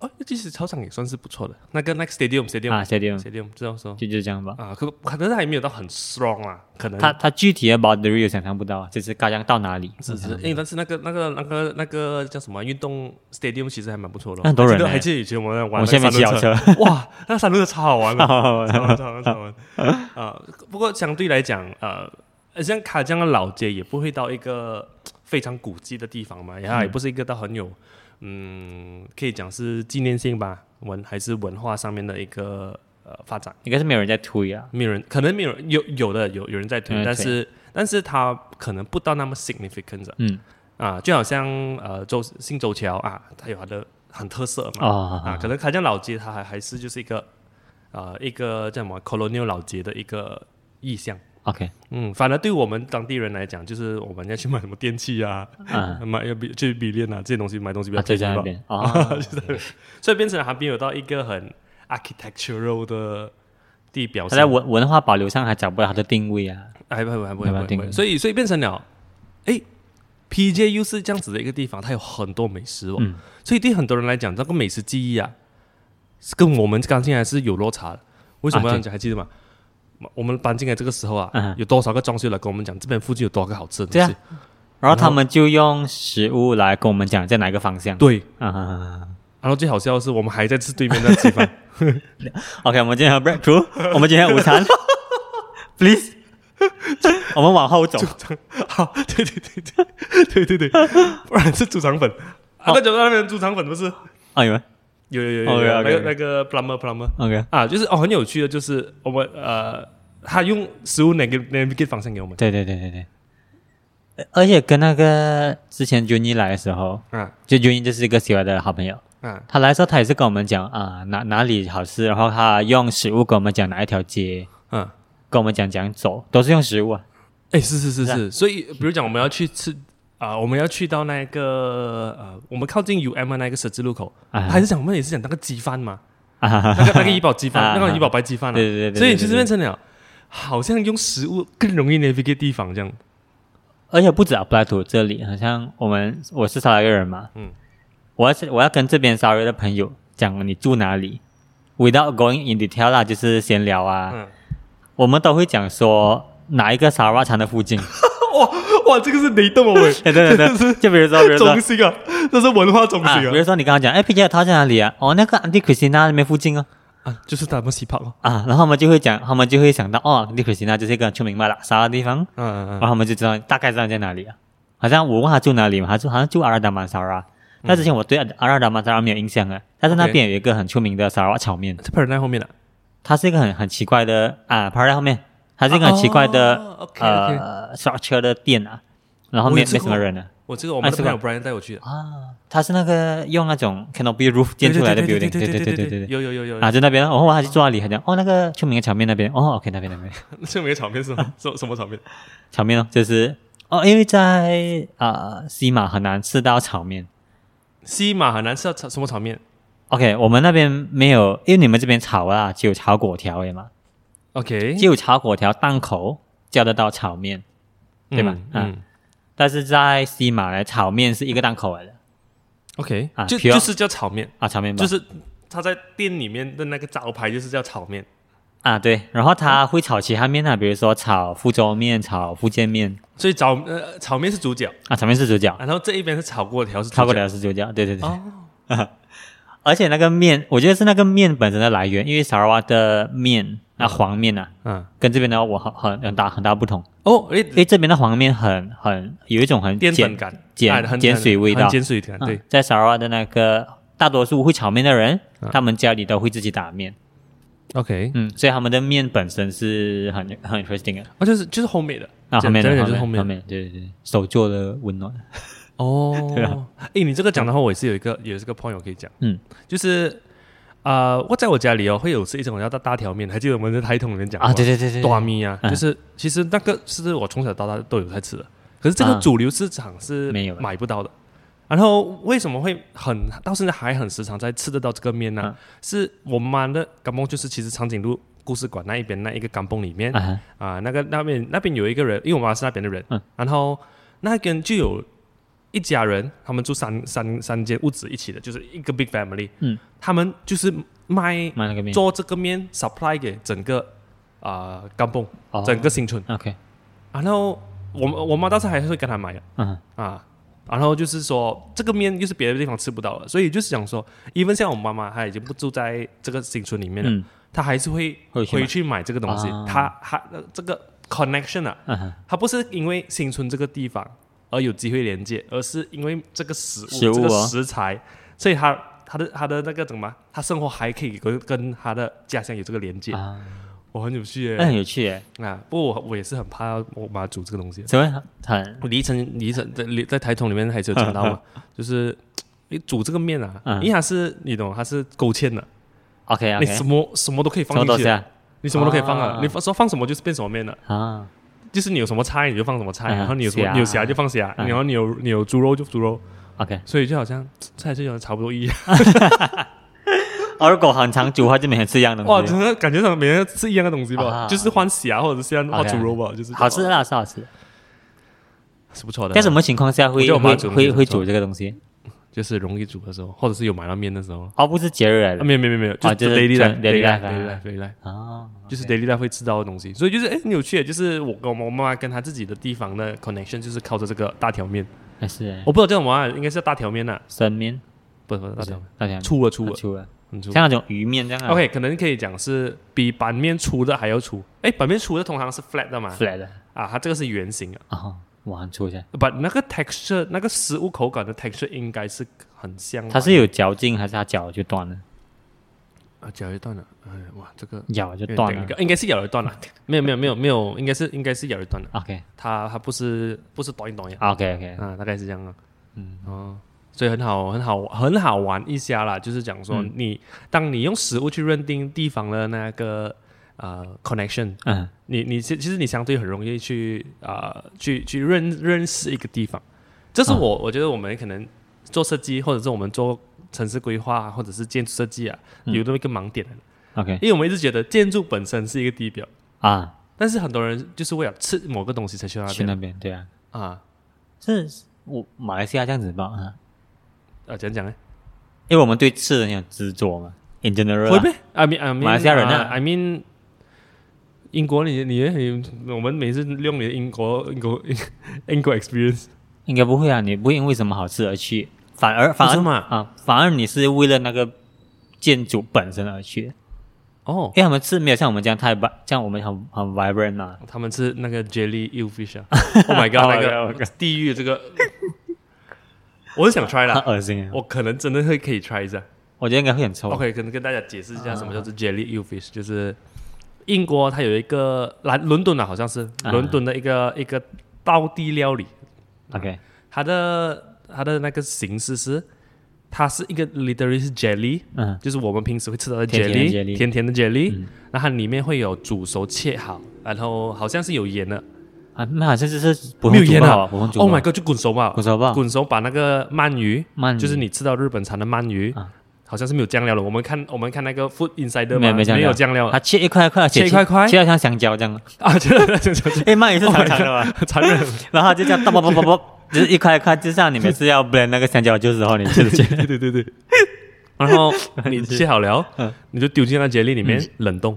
Speaker 1: 哦，其实操场也算是不错的，那个那个 stadium stadium、
Speaker 2: 啊 stadium
Speaker 1: stadium 这样说
Speaker 2: 就就这样吧。
Speaker 1: 啊，可可能是还没有到很 strong 啊，可能
Speaker 2: 他他具体的 boundary 也想象不到啊，就是嘎将到哪里？
Speaker 1: 只是因为但是那个那个那个那个叫什么啊运动 stadium 其实还蛮不错的哦，
Speaker 2: 很多
Speaker 1: 还
Speaker 2: 人
Speaker 1: 记得
Speaker 2: 欸
Speaker 1: 还记得以前我们玩
Speaker 2: 我
Speaker 1: 那
Speaker 2: 下
Speaker 1: 个三
Speaker 2: 面骑
Speaker 1: 轮
Speaker 2: 小
Speaker 1: 车，
Speaker 2: 车，
Speaker 1: 哇，那三轮车超好玩 的，
Speaker 2: 好
Speaker 1: 超玩超玩超玩啊！不过相对来讲，呃，像卡江的老街也不会到一个非常古迹的地方嘛，
Speaker 2: 嗯
Speaker 1: 然后也不是一个到很有，嗯，可以讲是纪念性吧，文还是文化上面的一个呃发展。
Speaker 2: 应该是没有人在 推啊。
Speaker 1: 没有人，可能没有人有有的有有人在推，
Speaker 2: 有人
Speaker 1: 但
Speaker 2: 推
Speaker 1: 是但是他可能不到那么 significant 的
Speaker 2: 嗯，
Speaker 1: 啊，就好像呃周新周桥啊，它有它的很特色嘛，啊，
Speaker 2: 哦，
Speaker 1: 可能开江老街它还还是就是一个呃一个叫什么 colonial 老街的一个意象。
Speaker 2: ，OK，
Speaker 1: 嗯，反而对我们当地人来讲，就是我们要去买什么电器啊，
Speaker 2: 嗯，
Speaker 1: 买要比去比链啊这些东西，买东西比
Speaker 2: 啊，
Speaker 1: 较便
Speaker 2: 就
Speaker 1: 宜
Speaker 2: 在那
Speaker 1: 吧。
Speaker 2: 边啊，
Speaker 1: 所以变成还没有到一个很 architectural 的地表
Speaker 2: 他
Speaker 1: 现。
Speaker 2: 在文文化保留上还找不到他的定位啊。
Speaker 1: 还不会，还不
Speaker 2: 没办法
Speaker 1: 会，还
Speaker 2: 定
Speaker 1: 不会。
Speaker 2: 位
Speaker 1: 所以，所以变成了，哎，PJU 是这样子的一个地方，它有很多美食哦。
Speaker 2: 嗯
Speaker 1: 所以对很多人来讲，这个美食记忆啊，是跟我们刚进来啊是有落差的。为什么要
Speaker 2: 啊对
Speaker 1: 讲？还记得吗？我们搬进来这个时候啊，
Speaker 2: 嗯
Speaker 1: 有多少个装修来跟我们讲这边附近有多少个好吃的
Speaker 2: 对
Speaker 1: 东
Speaker 2: 啊
Speaker 1: 西？
Speaker 2: 然后
Speaker 1: 然后
Speaker 2: 他们就用食物来跟我们讲在哪一个方向。
Speaker 1: 对
Speaker 2: 啊
Speaker 1: 然后最好笑的是，我们还在吃对面的地 方。
Speaker 2: ，OK，我们今天要 break through，我们今天要午餐，please，我们往后走。
Speaker 1: 好，对对对对对对对，不然是猪肠粉。啊，
Speaker 2: 哦
Speaker 1: 那就那边猪肠粉不是？
Speaker 2: 哎呦
Speaker 1: 有有有有有，那
Speaker 2: OK，OK，OK
Speaker 1: 个那个 plumber plumber。
Speaker 2: ，OK，
Speaker 1: 啊，就是哦，很有趣的，就是我们呃，他用食物 navig- navigate 方向给我们
Speaker 2: 对对对对对。呃而且跟那个之前 Juni 来的时候，
Speaker 1: 啊
Speaker 2: 就 Juni 就是一个喜欢的好朋友，
Speaker 1: 啊
Speaker 2: 他来的时候他也是跟我们讲啊、哪哪里好吃，然后他用食物跟我们讲哪一条街，
Speaker 1: 啊！
Speaker 2: 跟我们讲讲走，都是用食物啊。
Speaker 1: 哎、是是是
Speaker 2: 是啊
Speaker 1: 是，所以比如讲我们要去吃啊、我们要去到那个呃，我们靠近 UM 的那个十字路口，
Speaker 2: 啊
Speaker 1: 还是讲我们也是讲那个鸡饭嘛，
Speaker 2: 啊哈哈
Speaker 1: 那 个那个怡宝鸡
Speaker 2: 啊
Speaker 1: 饭，那
Speaker 2: 啊
Speaker 1: 个怡宝白鸡饭啊，
Speaker 2: 对对对对
Speaker 1: 所以
Speaker 2: 对
Speaker 1: 其实
Speaker 2: 对
Speaker 1: 变成了好像用食物更容易 navigate 地方这样，
Speaker 2: 而且不止阿布拉图这里，好像我们我是沙拉越人嘛，
Speaker 1: 嗯，
Speaker 2: 我要是我要跟这边沙拉越的朋友讲你住哪里，without going in detail 啦，就是闲聊啊，
Speaker 1: 嗯，
Speaker 2: 我们都会讲说哪一个沙拉厂的 附近，
Speaker 1: 哇，这个是雷动哦， 喂，
Speaker 2: 对对对对，就比如说比如说
Speaker 1: 中心啊，这是文化中
Speaker 2: 啊，
Speaker 1: 心
Speaker 2: 比
Speaker 1: 啊，
Speaker 2: 如说你刚刚讲，哎，P J 他在哪里啊？哦，那个 Andy Christina 那边附近哦，
Speaker 1: 啊，就是他们西帕哦，
Speaker 2: 啊，然后他们就会讲，他们就会想到，哦，Andy Christina 就是一个很出名卖拉沙拉的地方，
Speaker 1: 嗯嗯嗯
Speaker 2: 然后。他们就知道大概知道在哪里啊。好像我问他住哪里嘛，他说好像住阿拉达曼沙拉。那啊之前我对阿拉达曼沙拉没有印象啊，但是那
Speaker 1: OK
Speaker 2: 边有一个很出名的沙拉炒面，
Speaker 1: 在 p a r a d i 后面的、啊
Speaker 2: 它是一个很很奇怪的啊，排在后面，它是一个很奇怪的、
Speaker 1: 哦，OK，OK
Speaker 2: 呃 structure 的店啊，然后
Speaker 1: 我
Speaker 2: 没
Speaker 1: 有
Speaker 2: 没
Speaker 1: 吃
Speaker 2: 什么
Speaker 1: 过
Speaker 2: 人啊。
Speaker 1: 我这个我们
Speaker 2: 啊
Speaker 1: 的
Speaker 2: 是
Speaker 1: 朋
Speaker 2: 吧
Speaker 1: 友 Brian 带我去的，
Speaker 2: 啊，它是那个用那种 canopy roof 建出来的 building，对
Speaker 1: 对
Speaker 2: 对
Speaker 1: 对
Speaker 2: 对对对。
Speaker 1: 有有有有
Speaker 2: 啊，在那边，我后来他去抓里，他讲哦，那个出名的炒面那边，哦，OK，那边那边
Speaker 1: 这没有场面是吗？什什么场面？
Speaker 2: 炒面哦，就是哦，因为在啊、西马很难吃到炒面。
Speaker 1: 西马很难吃到炒什么场面
Speaker 2: OK，我们那边没有，因为你们这边炒啊，只有炒粿条而已嘛，
Speaker 1: ？OK，
Speaker 2: 只有炒粿条档口叫得到炒面，对吧
Speaker 1: 嗯
Speaker 2: 啊
Speaker 1: 嗯
Speaker 2: 但是在西马来炒面是一个档口来的
Speaker 1: ，OK，
Speaker 2: 啊
Speaker 1: 就
Speaker 2: ，pure
Speaker 1: 就是叫炒面，
Speaker 2: 啊，炒面吧
Speaker 1: 就是他在店里面的那个招牌就是叫炒面。
Speaker 2: 啊，对，然后他会炒其他面啊，比如说炒福州面、炒福建面
Speaker 1: 所以炒呃炒面是主角，
Speaker 2: 啊，炒面是主角，
Speaker 1: 然后这一边是炒过条是主角
Speaker 2: 炒粿条是主角，对对对，
Speaker 1: 哦，
Speaker 2: 而且那个面，我觉得是那个面本身的来源，因为砂拉哇的面啊，黄面啊，
Speaker 1: 嗯
Speaker 2: 跟这边的我很很很大很大不同，
Speaker 1: 哦，哎，
Speaker 2: 因为这边的黄面很很有一种很
Speaker 1: 淀
Speaker 2: 碱
Speaker 1: 粉感，
Speaker 2: 碱
Speaker 1: 啊很
Speaker 2: 碱水味道
Speaker 1: 很碱水感，
Speaker 2: 啊
Speaker 1: 对，
Speaker 2: 在砂拉哇的那个大多数会炒面的人，
Speaker 1: 啊
Speaker 2: 他们家里都会自己打面，
Speaker 1: ，OK，
Speaker 2: 嗯，所以他们的面本身是很很 interesting 的。
Speaker 1: 哦，就是就是后面的
Speaker 2: 啊，后面
Speaker 1: 讲
Speaker 2: 的
Speaker 1: 讲就是后
Speaker 2: 面，后
Speaker 1: 面。
Speaker 2: 面对对对，手做的温暖 对
Speaker 1: 哦
Speaker 2: 啊，
Speaker 1: 哎、你这个讲的话，我也是有一个，也是个 point 我可以讲，
Speaker 2: 嗯，
Speaker 1: 就是啊、呃我在我家里哦，会有吃一种叫大大条面，还记得我们在台桶里面讲
Speaker 2: 啊，对对对对，
Speaker 1: 多米啊，
Speaker 2: 嗯
Speaker 1: 就是其实那个是我从小到大都有在吃的，可是这个
Speaker 2: 啊
Speaker 1: 主流市场是
Speaker 2: 没有了
Speaker 1: 买不到的。然后为什么会很到现在还很时常在吃得到这个面呢、
Speaker 2: 啊
Speaker 1: 是我妈的甘崩，就是其实长颈鹿故事馆那一边那一个甘崩里面
Speaker 2: 啊哈
Speaker 1: 啊，那个那边那边有一个人，因为我妈是那边的人，
Speaker 2: 嗯
Speaker 1: 然后那边就有一家人，他们住三三三间屋子一起的，就是一个 big family。
Speaker 2: 嗯，
Speaker 1: 他们就是卖
Speaker 2: 买那个面
Speaker 1: 做这个面 supply 给整个啊、呃、干泵，
Speaker 2: 哦
Speaker 1: 整个新村。
Speaker 2: ，OK，
Speaker 1: 然后我我妈当时还是会跟他买的
Speaker 2: 嗯
Speaker 1: 啊。然后就是说，这个面又是别的地方吃不到的，所以就是想说，even 像我妈妈，她已经不住在这个新村里面了，
Speaker 2: 嗯
Speaker 1: 她还是会
Speaker 2: 会去买
Speaker 1: 回去买这个东西。
Speaker 2: 啊
Speaker 1: 她她呃这个 connection 啊，
Speaker 2: 嗯哼，
Speaker 1: 它不是因为新村这个地方而有机会连接，而是因为这个食物、
Speaker 2: 食物
Speaker 1: 这个
Speaker 2: 哦
Speaker 1: 食材，所以它它的它的那个怎么，它生活还可以跟跟它的家乡有这个连接。
Speaker 2: 啊，哎
Speaker 1: 我很有趣耶、
Speaker 2: 那很有趣耶。
Speaker 1: 啊！不过我我也是很怕我妈煮这个东西。啊
Speaker 2: 请问很
Speaker 1: 我离城离城在在台桶里面还是有讲到嘛， 就是你煮这个面啊，
Speaker 2: 嗯哎
Speaker 1: 因为它是你懂，它是勾芡的，
Speaker 2: OK
Speaker 1: 你
Speaker 2: OK，
Speaker 1: 什么什么都可以
Speaker 2: 什
Speaker 1: 放
Speaker 2: 么
Speaker 1: 进
Speaker 2: 东
Speaker 1: 去
Speaker 2: 西
Speaker 1: 的，
Speaker 2: 啊？
Speaker 1: 你什么都可以放
Speaker 2: 啊
Speaker 1: 啊，你放说放什么就是变什么面了。
Speaker 2: 啊，
Speaker 1: 就是你有什么菜你就放什么菜，
Speaker 2: 嗯
Speaker 1: 然后你有什么
Speaker 2: 虾
Speaker 1: 你有虾就放虾，
Speaker 2: 嗯
Speaker 1: 然后你有你有猪肉就猪肉，
Speaker 2: OK，
Speaker 1: 所以就好像这还是有差不多一样。
Speaker 2: 哦，如果很常煮的话，就每天吃一样的
Speaker 1: 哇，
Speaker 2: 东西
Speaker 1: 真。的感觉上每天吃一样的东西吧，
Speaker 2: 啊
Speaker 1: 就是换虾或者是换换
Speaker 2: OK
Speaker 1: 猪肉吧，就是
Speaker 2: 好吃的啦，是好吃的。
Speaker 1: 是不错的。啊
Speaker 2: 在什么情况下
Speaker 1: 我
Speaker 2: 会
Speaker 1: 觉得我妈
Speaker 2: 会
Speaker 1: 煮的东西
Speaker 2: 会
Speaker 1: 不
Speaker 2: 会
Speaker 1: 错
Speaker 2: 煮这个东西？
Speaker 1: 就是容易煮的时候，或者是有买到面的时候。
Speaker 2: 哦，不是节日来
Speaker 1: 啊，
Speaker 2: 的
Speaker 1: 没有没有没有没有，就
Speaker 2: 啊
Speaker 1: 是
Speaker 2: 就是
Speaker 1: daily
Speaker 2: 纯
Speaker 1: life
Speaker 2: daily life 啊
Speaker 1: daily life daily life，
Speaker 2: 哦，
Speaker 1: 就是 daily life 会吃到的东西，所以就是哎，很有趣的，就是我跟我妈妈跟她自己的地方的 connection 就是靠着这个大条面，
Speaker 2: 还是耶
Speaker 1: 我不知道叫什么啊，应该是大条面呐，
Speaker 2: 生面，
Speaker 1: 不是不是大
Speaker 2: 不是
Speaker 1: 条面，
Speaker 2: 大家
Speaker 1: 粗了粗了，
Speaker 2: 出了，
Speaker 1: 很粗
Speaker 2: 像。那种鱼面这样啊
Speaker 1: OK，可能可以讲是比板面粗的还要粗。哎，板面粗的通常是 flat 的嘛，
Speaker 2: ，flat 的
Speaker 1: 啊，它这个是圆形的。
Speaker 2: 哦，哇，很粗一下。
Speaker 1: 把那个 texture，那个食物口感的 texture 应该是很像吧。
Speaker 2: 它是有嚼劲，还是它嚼就断了？
Speaker 1: 啊，咬一段了，哎呀，哇，这个
Speaker 2: 咬就
Speaker 1: 有点
Speaker 2: 断
Speaker 1: technical，
Speaker 2: 了。
Speaker 1: 应该是咬一段了。啊没有没有没有没有，应该是应该是咬一段了。啊
Speaker 2: OK
Speaker 1: 它它不是不是短一短呀，
Speaker 2: OK OK，
Speaker 1: 啊，大概是这样啊。嗯哦，所以很好很好很好玩一下啦，就是讲说
Speaker 2: 嗯
Speaker 1: 你、当你用食物去认定地方的那个呃 connection，
Speaker 2: 嗯
Speaker 1: 你你其其实你相对很容易去啊、呃去去认认识一个地方，这
Speaker 2: 啊
Speaker 1: 是我、我觉得我们可能做设计或者是我们做城市规划或者是建筑设计啊，
Speaker 2: 嗯
Speaker 1: 有那么一个盲点的，
Speaker 2: ，OK
Speaker 1: 因为我们一直觉得建筑本身是一个地标，
Speaker 2: 啊，
Speaker 1: 但是很多人就是为了吃某个东西才去到那
Speaker 2: 去
Speaker 1: 边
Speaker 2: 那边对啊，
Speaker 1: 啊
Speaker 2: 是我马来西亚这样子吧？啊，
Speaker 1: 啊，怎样讲呢？
Speaker 2: 因为我们对吃的很有执着嘛，in general
Speaker 1: 会
Speaker 2: 啊
Speaker 1: 呗？I mean I mean
Speaker 2: 马来西亚人啊
Speaker 1: 啊，I mean。英国你，你你我们每次用你的英国英国英国 experience，
Speaker 2: 应该不会啊，你不会因为什么好吃而去，反而反
Speaker 1: 不
Speaker 2: 而
Speaker 1: 是嘛
Speaker 2: 啊，反而你是为了那个建筑本身而去，
Speaker 1: 哦，
Speaker 2: 因为他们吃没有像我们这样太 vi- 这样我们很很 vibrant 啊嘛，
Speaker 1: 他们是那个 Jelly u Fish 啊，Oh my God，那
Speaker 2: Oh my
Speaker 1: 个
Speaker 2: God
Speaker 1: 地狱这个，我是想哦 try
Speaker 2: 很
Speaker 1: 啦，
Speaker 2: 恶心啊。
Speaker 1: 我可能真的会可以 try 一下。
Speaker 2: 我觉得应该会很臭。啊
Speaker 1: OK，可能跟大家解释一下什么叫做 Jelly u Fish，就是英国它有一个伦伦敦啊，好像是
Speaker 2: 啊
Speaker 1: 伦敦的一个一个道地料理，
Speaker 2: OK
Speaker 1: 它的它的那个形式是，它是一个 literally 是 jelly，
Speaker 2: 嗯
Speaker 1: 就是我们平时会吃到的
Speaker 2: 甜甜的
Speaker 1: jelly，
Speaker 2: jelly 嗯
Speaker 1: 甜甜的 jelly，那它里面会有煮熟切好，然后好像是有盐的。
Speaker 2: 啊，那好像就是普
Speaker 1: 没
Speaker 2: 通
Speaker 1: 有
Speaker 2: 煮
Speaker 1: 腌
Speaker 2: 吧，
Speaker 1: 啊
Speaker 2: 普通煮
Speaker 1: ！Oh my
Speaker 2: 吧
Speaker 1: god，就滚熟嘛，
Speaker 2: 滚熟吧
Speaker 1: 滚熟把那个鳗鱼，
Speaker 2: 鳗鱼
Speaker 1: 就是你吃到日本产的鳗鱼
Speaker 2: 啊，
Speaker 1: 好像是没有酱料的。我们看我们看那个 Food Insider
Speaker 2: 没
Speaker 1: 嘛
Speaker 2: 有没
Speaker 1: 没有
Speaker 2: 有酱料
Speaker 1: 酱料
Speaker 2: 它切一块一块，而且
Speaker 1: 切一块块
Speaker 2: 切到像香蕉这样。
Speaker 1: 啊， 真的真的真
Speaker 2: 哎，鳗鱼是
Speaker 1: Oh my
Speaker 2: 长长的嘛，
Speaker 1: 的残忍。
Speaker 2: 然后它就这样叭叭叭 叭叭，就是一块一块，就像你每次要 blend 那个香蕉就是后，你就是
Speaker 1: 对对对对。然后你切好了
Speaker 2: 嗯，
Speaker 1: 你就丢进那杰力里面冷冻。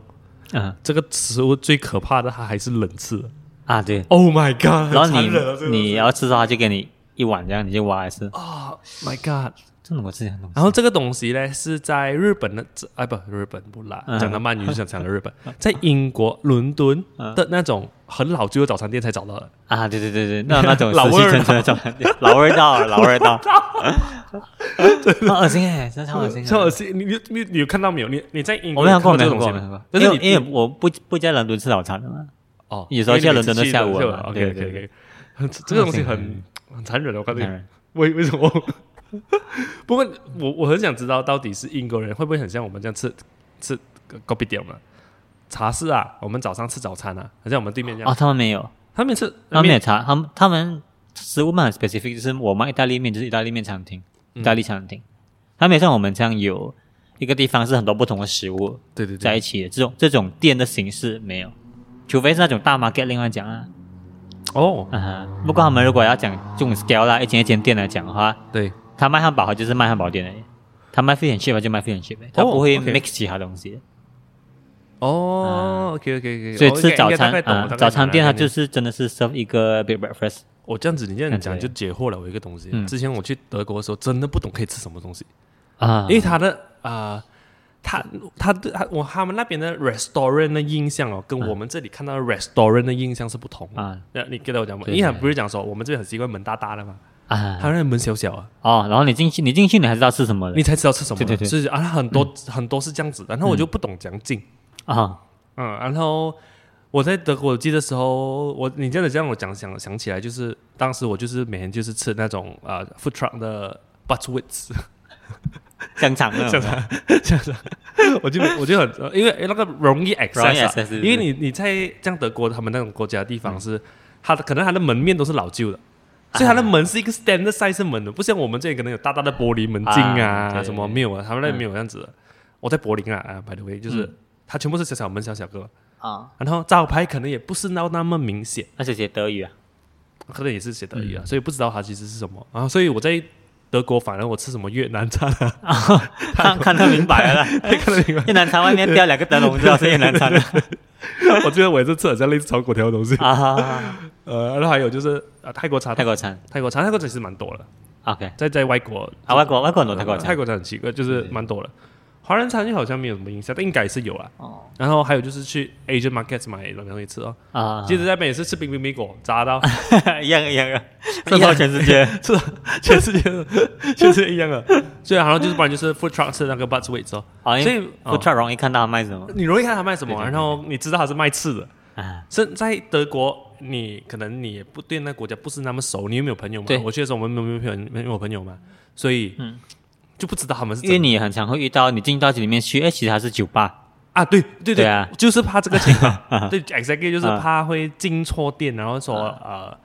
Speaker 2: 嗯
Speaker 1: 这个食物最可怕的，它还是冷吃的。
Speaker 2: 啊对，
Speaker 1: Oh my god！
Speaker 2: 然后
Speaker 1: 很残忍啊这
Speaker 2: 你
Speaker 1: 个
Speaker 2: 你要吃的话就给你一碗这样，你就挖来吃。
Speaker 1: 啊，My god！
Speaker 2: 这种我吃这样东西
Speaker 1: 然后这个东西呢，是在日本的，哎不，日本不啦，
Speaker 2: 嗯
Speaker 1: 讲到鳗鱼就想讲到日本， 在英国伦敦
Speaker 2: 嗯
Speaker 1: 的那种很老旧的早餐店才找到的。
Speaker 2: 啊，对对对对，那那种
Speaker 1: 老
Speaker 2: 死气
Speaker 1: 味儿
Speaker 2: 沉沉的状态，老味道啊，老味道， 好恶心哎，真的超恶心的。
Speaker 1: 超恶心！嗯你你你你有看到没有？你你在英
Speaker 2: 我
Speaker 1: 国
Speaker 2: 没
Speaker 1: 有
Speaker 2: 想过，
Speaker 1: 看
Speaker 2: 没
Speaker 1: 到这种
Speaker 2: 想
Speaker 1: 东
Speaker 2: 过，
Speaker 1: 西
Speaker 2: 没想过
Speaker 1: 吗，但
Speaker 2: 因
Speaker 1: 是
Speaker 2: 为因
Speaker 1: 你
Speaker 2: 为我不不在伦敦吃早餐的嘛。
Speaker 1: 哦，
Speaker 2: 有时候
Speaker 1: 因为
Speaker 2: 去伦敦
Speaker 1: 你是
Speaker 2: 的
Speaker 1: 去
Speaker 2: 下午啊
Speaker 1: 吧
Speaker 2: 对
Speaker 1: ，OK
Speaker 2: 对嗯
Speaker 1: OK OK，这个东西很很残忍的，我看这
Speaker 2: 当
Speaker 1: 个
Speaker 2: 然，
Speaker 1: 为为什么？ 不过我我很想知道，到底是英国人会不会很像我们这样吃吃 g 比 b 嘛？茶室啊，我们早上吃早餐啊，好像我们对面这样
Speaker 2: 哦，，他们没有，
Speaker 1: 他们是
Speaker 2: 他们没有茶，他们他们食物蛮 specific，就是我们意大利面就是意大利面餐厅，
Speaker 1: 嗯
Speaker 2: 意大利餐厅，他们也像我们这样有一个地方是很多不同的食物
Speaker 1: 对对对，
Speaker 2: 在一起的，这种这种店的形式没有，除非是那种大 market，另外讲啊，
Speaker 1: 哦，
Speaker 2: 嗯哼，不过他们如果要讲这种 scale 啦，一间一间店来讲的话，
Speaker 1: 对，
Speaker 2: 他卖汉堡就是卖汉堡店而已，他卖 fish and chip 就卖 fish and chip，他不会
Speaker 1: 哦 OK
Speaker 2: mix 其他东西。
Speaker 1: 哦，OK OK OK，
Speaker 2: 啊所以吃早餐
Speaker 1: 啊
Speaker 2: 啊，，早餐店它就是是真的是 serve 一个 big breakfast。
Speaker 1: 我这样子，你这样讲
Speaker 2: 嗯对
Speaker 1: 就解惑了我一个东西。
Speaker 2: 嗯
Speaker 1: 之前我去德国的时候，真的不懂可以吃什么东西，
Speaker 2: 啊
Speaker 1: 因为他的啊、呃他他对他我他们那边的 restaurant 的印象哦，跟我们这里看到的 restaurant 的印象是不同的。
Speaker 2: 嗯啊
Speaker 1: 那你跟我讲吗？
Speaker 2: 对
Speaker 1: 因为他不是讲说我们这边很习惯门大大的嘛，
Speaker 2: 啊
Speaker 1: 他那门小小啊，
Speaker 2: 哦，然后你进去，你进去你还知道吃什么的
Speaker 1: 你才知道吃什么。
Speaker 2: 对对对嗯
Speaker 1: 是啊，很多、很多是这样子，然后我就不懂讲进，
Speaker 2: 啊
Speaker 1: 嗯然后我在德国记的时候，我你这样子这样我讲想想起来，就是当时我就是每天就是吃那种啊、呃、food truck 的 buttwits，
Speaker 2: 香肠那
Speaker 1: 香
Speaker 2: 种啊
Speaker 1: 我就 我就很呃因为因为那个容易 access，,、啊、
Speaker 2: 容易 access，对对对嗯
Speaker 1: 因为你你在像德国他们那种国家地方是，它的可能它的门面都是老旧的。
Speaker 2: 啊
Speaker 1: 所以它的门是一个 standard size 门的，不像我们这里可能有大大的玻璃门禁啊，
Speaker 2: 啊对嗯
Speaker 1: 什么没有啊，他们那边没有这样子的。我在柏林啊，啊，by the way，就是、它全部是小小门、小小个，
Speaker 2: 啊，
Speaker 1: 然后招牌可能也不是那那么明显，
Speaker 2: 而且写德 语啊，
Speaker 1: 可能也是写德语啊，
Speaker 2: 嗯
Speaker 1: 所以不知道它其实是什么啊。所以我在德国，反而我吃什么越南餐啊，
Speaker 2: 看看得明白了啦，
Speaker 1: 看得明白
Speaker 2: 越南餐外面标两个灯笼，知道是越南餐了
Speaker 1: 我觉得我也是吃很像类似炒粿条的东西。
Speaker 2: 啊，
Speaker 1: 呃，然后还有就是呃泰国茶，
Speaker 2: 泰国餐
Speaker 1: 泰国茶，泰国茶其实蛮多的，
Speaker 2: ，OK
Speaker 1: 在在外国呃
Speaker 2: 啊，外国外国很多泰国
Speaker 1: 泰
Speaker 2: 餐，
Speaker 1: 国茶很奇怪，就是蛮多的。华人餐就好像没有什么影响，但应该也是有啊。
Speaker 2: 哦
Speaker 1: 然后还有就是去 Asian markets 买东西吃哦。
Speaker 2: 啊，
Speaker 1: 其实在那边也是吃冰冰米果，炸到
Speaker 2: 一样 一样的，这到全世界
Speaker 1: 是 啊全世界的全世界一样的。所以然后就是不然就是 food truck 吃那个 butt weight 哦。
Speaker 2: 啊，
Speaker 1: 所
Speaker 2: 因
Speaker 1: 以
Speaker 2: 为 food truck 容易看到他卖什么
Speaker 1: 你容易看他卖什么，
Speaker 2: 对对对
Speaker 1: 然后你知道他是卖刺的。
Speaker 2: 啊，
Speaker 1: 是在德国，你可能你也不对那国家不是那么熟，你又没有朋友嘛
Speaker 2: 对。
Speaker 1: 我去的时候我们没有没有没有朋友嘛，所以
Speaker 2: 嗯
Speaker 1: 就不知道他们是
Speaker 2: 因为
Speaker 1: 怎么
Speaker 2: 你也很常会遇到，你进到这里面去，哎，其实它是酒吧
Speaker 1: 啊，对对
Speaker 2: 对啊
Speaker 1: 就是怕这个情 况，对，exactly 就是
Speaker 2: 啊
Speaker 1: 怕会进错店，然后说呃。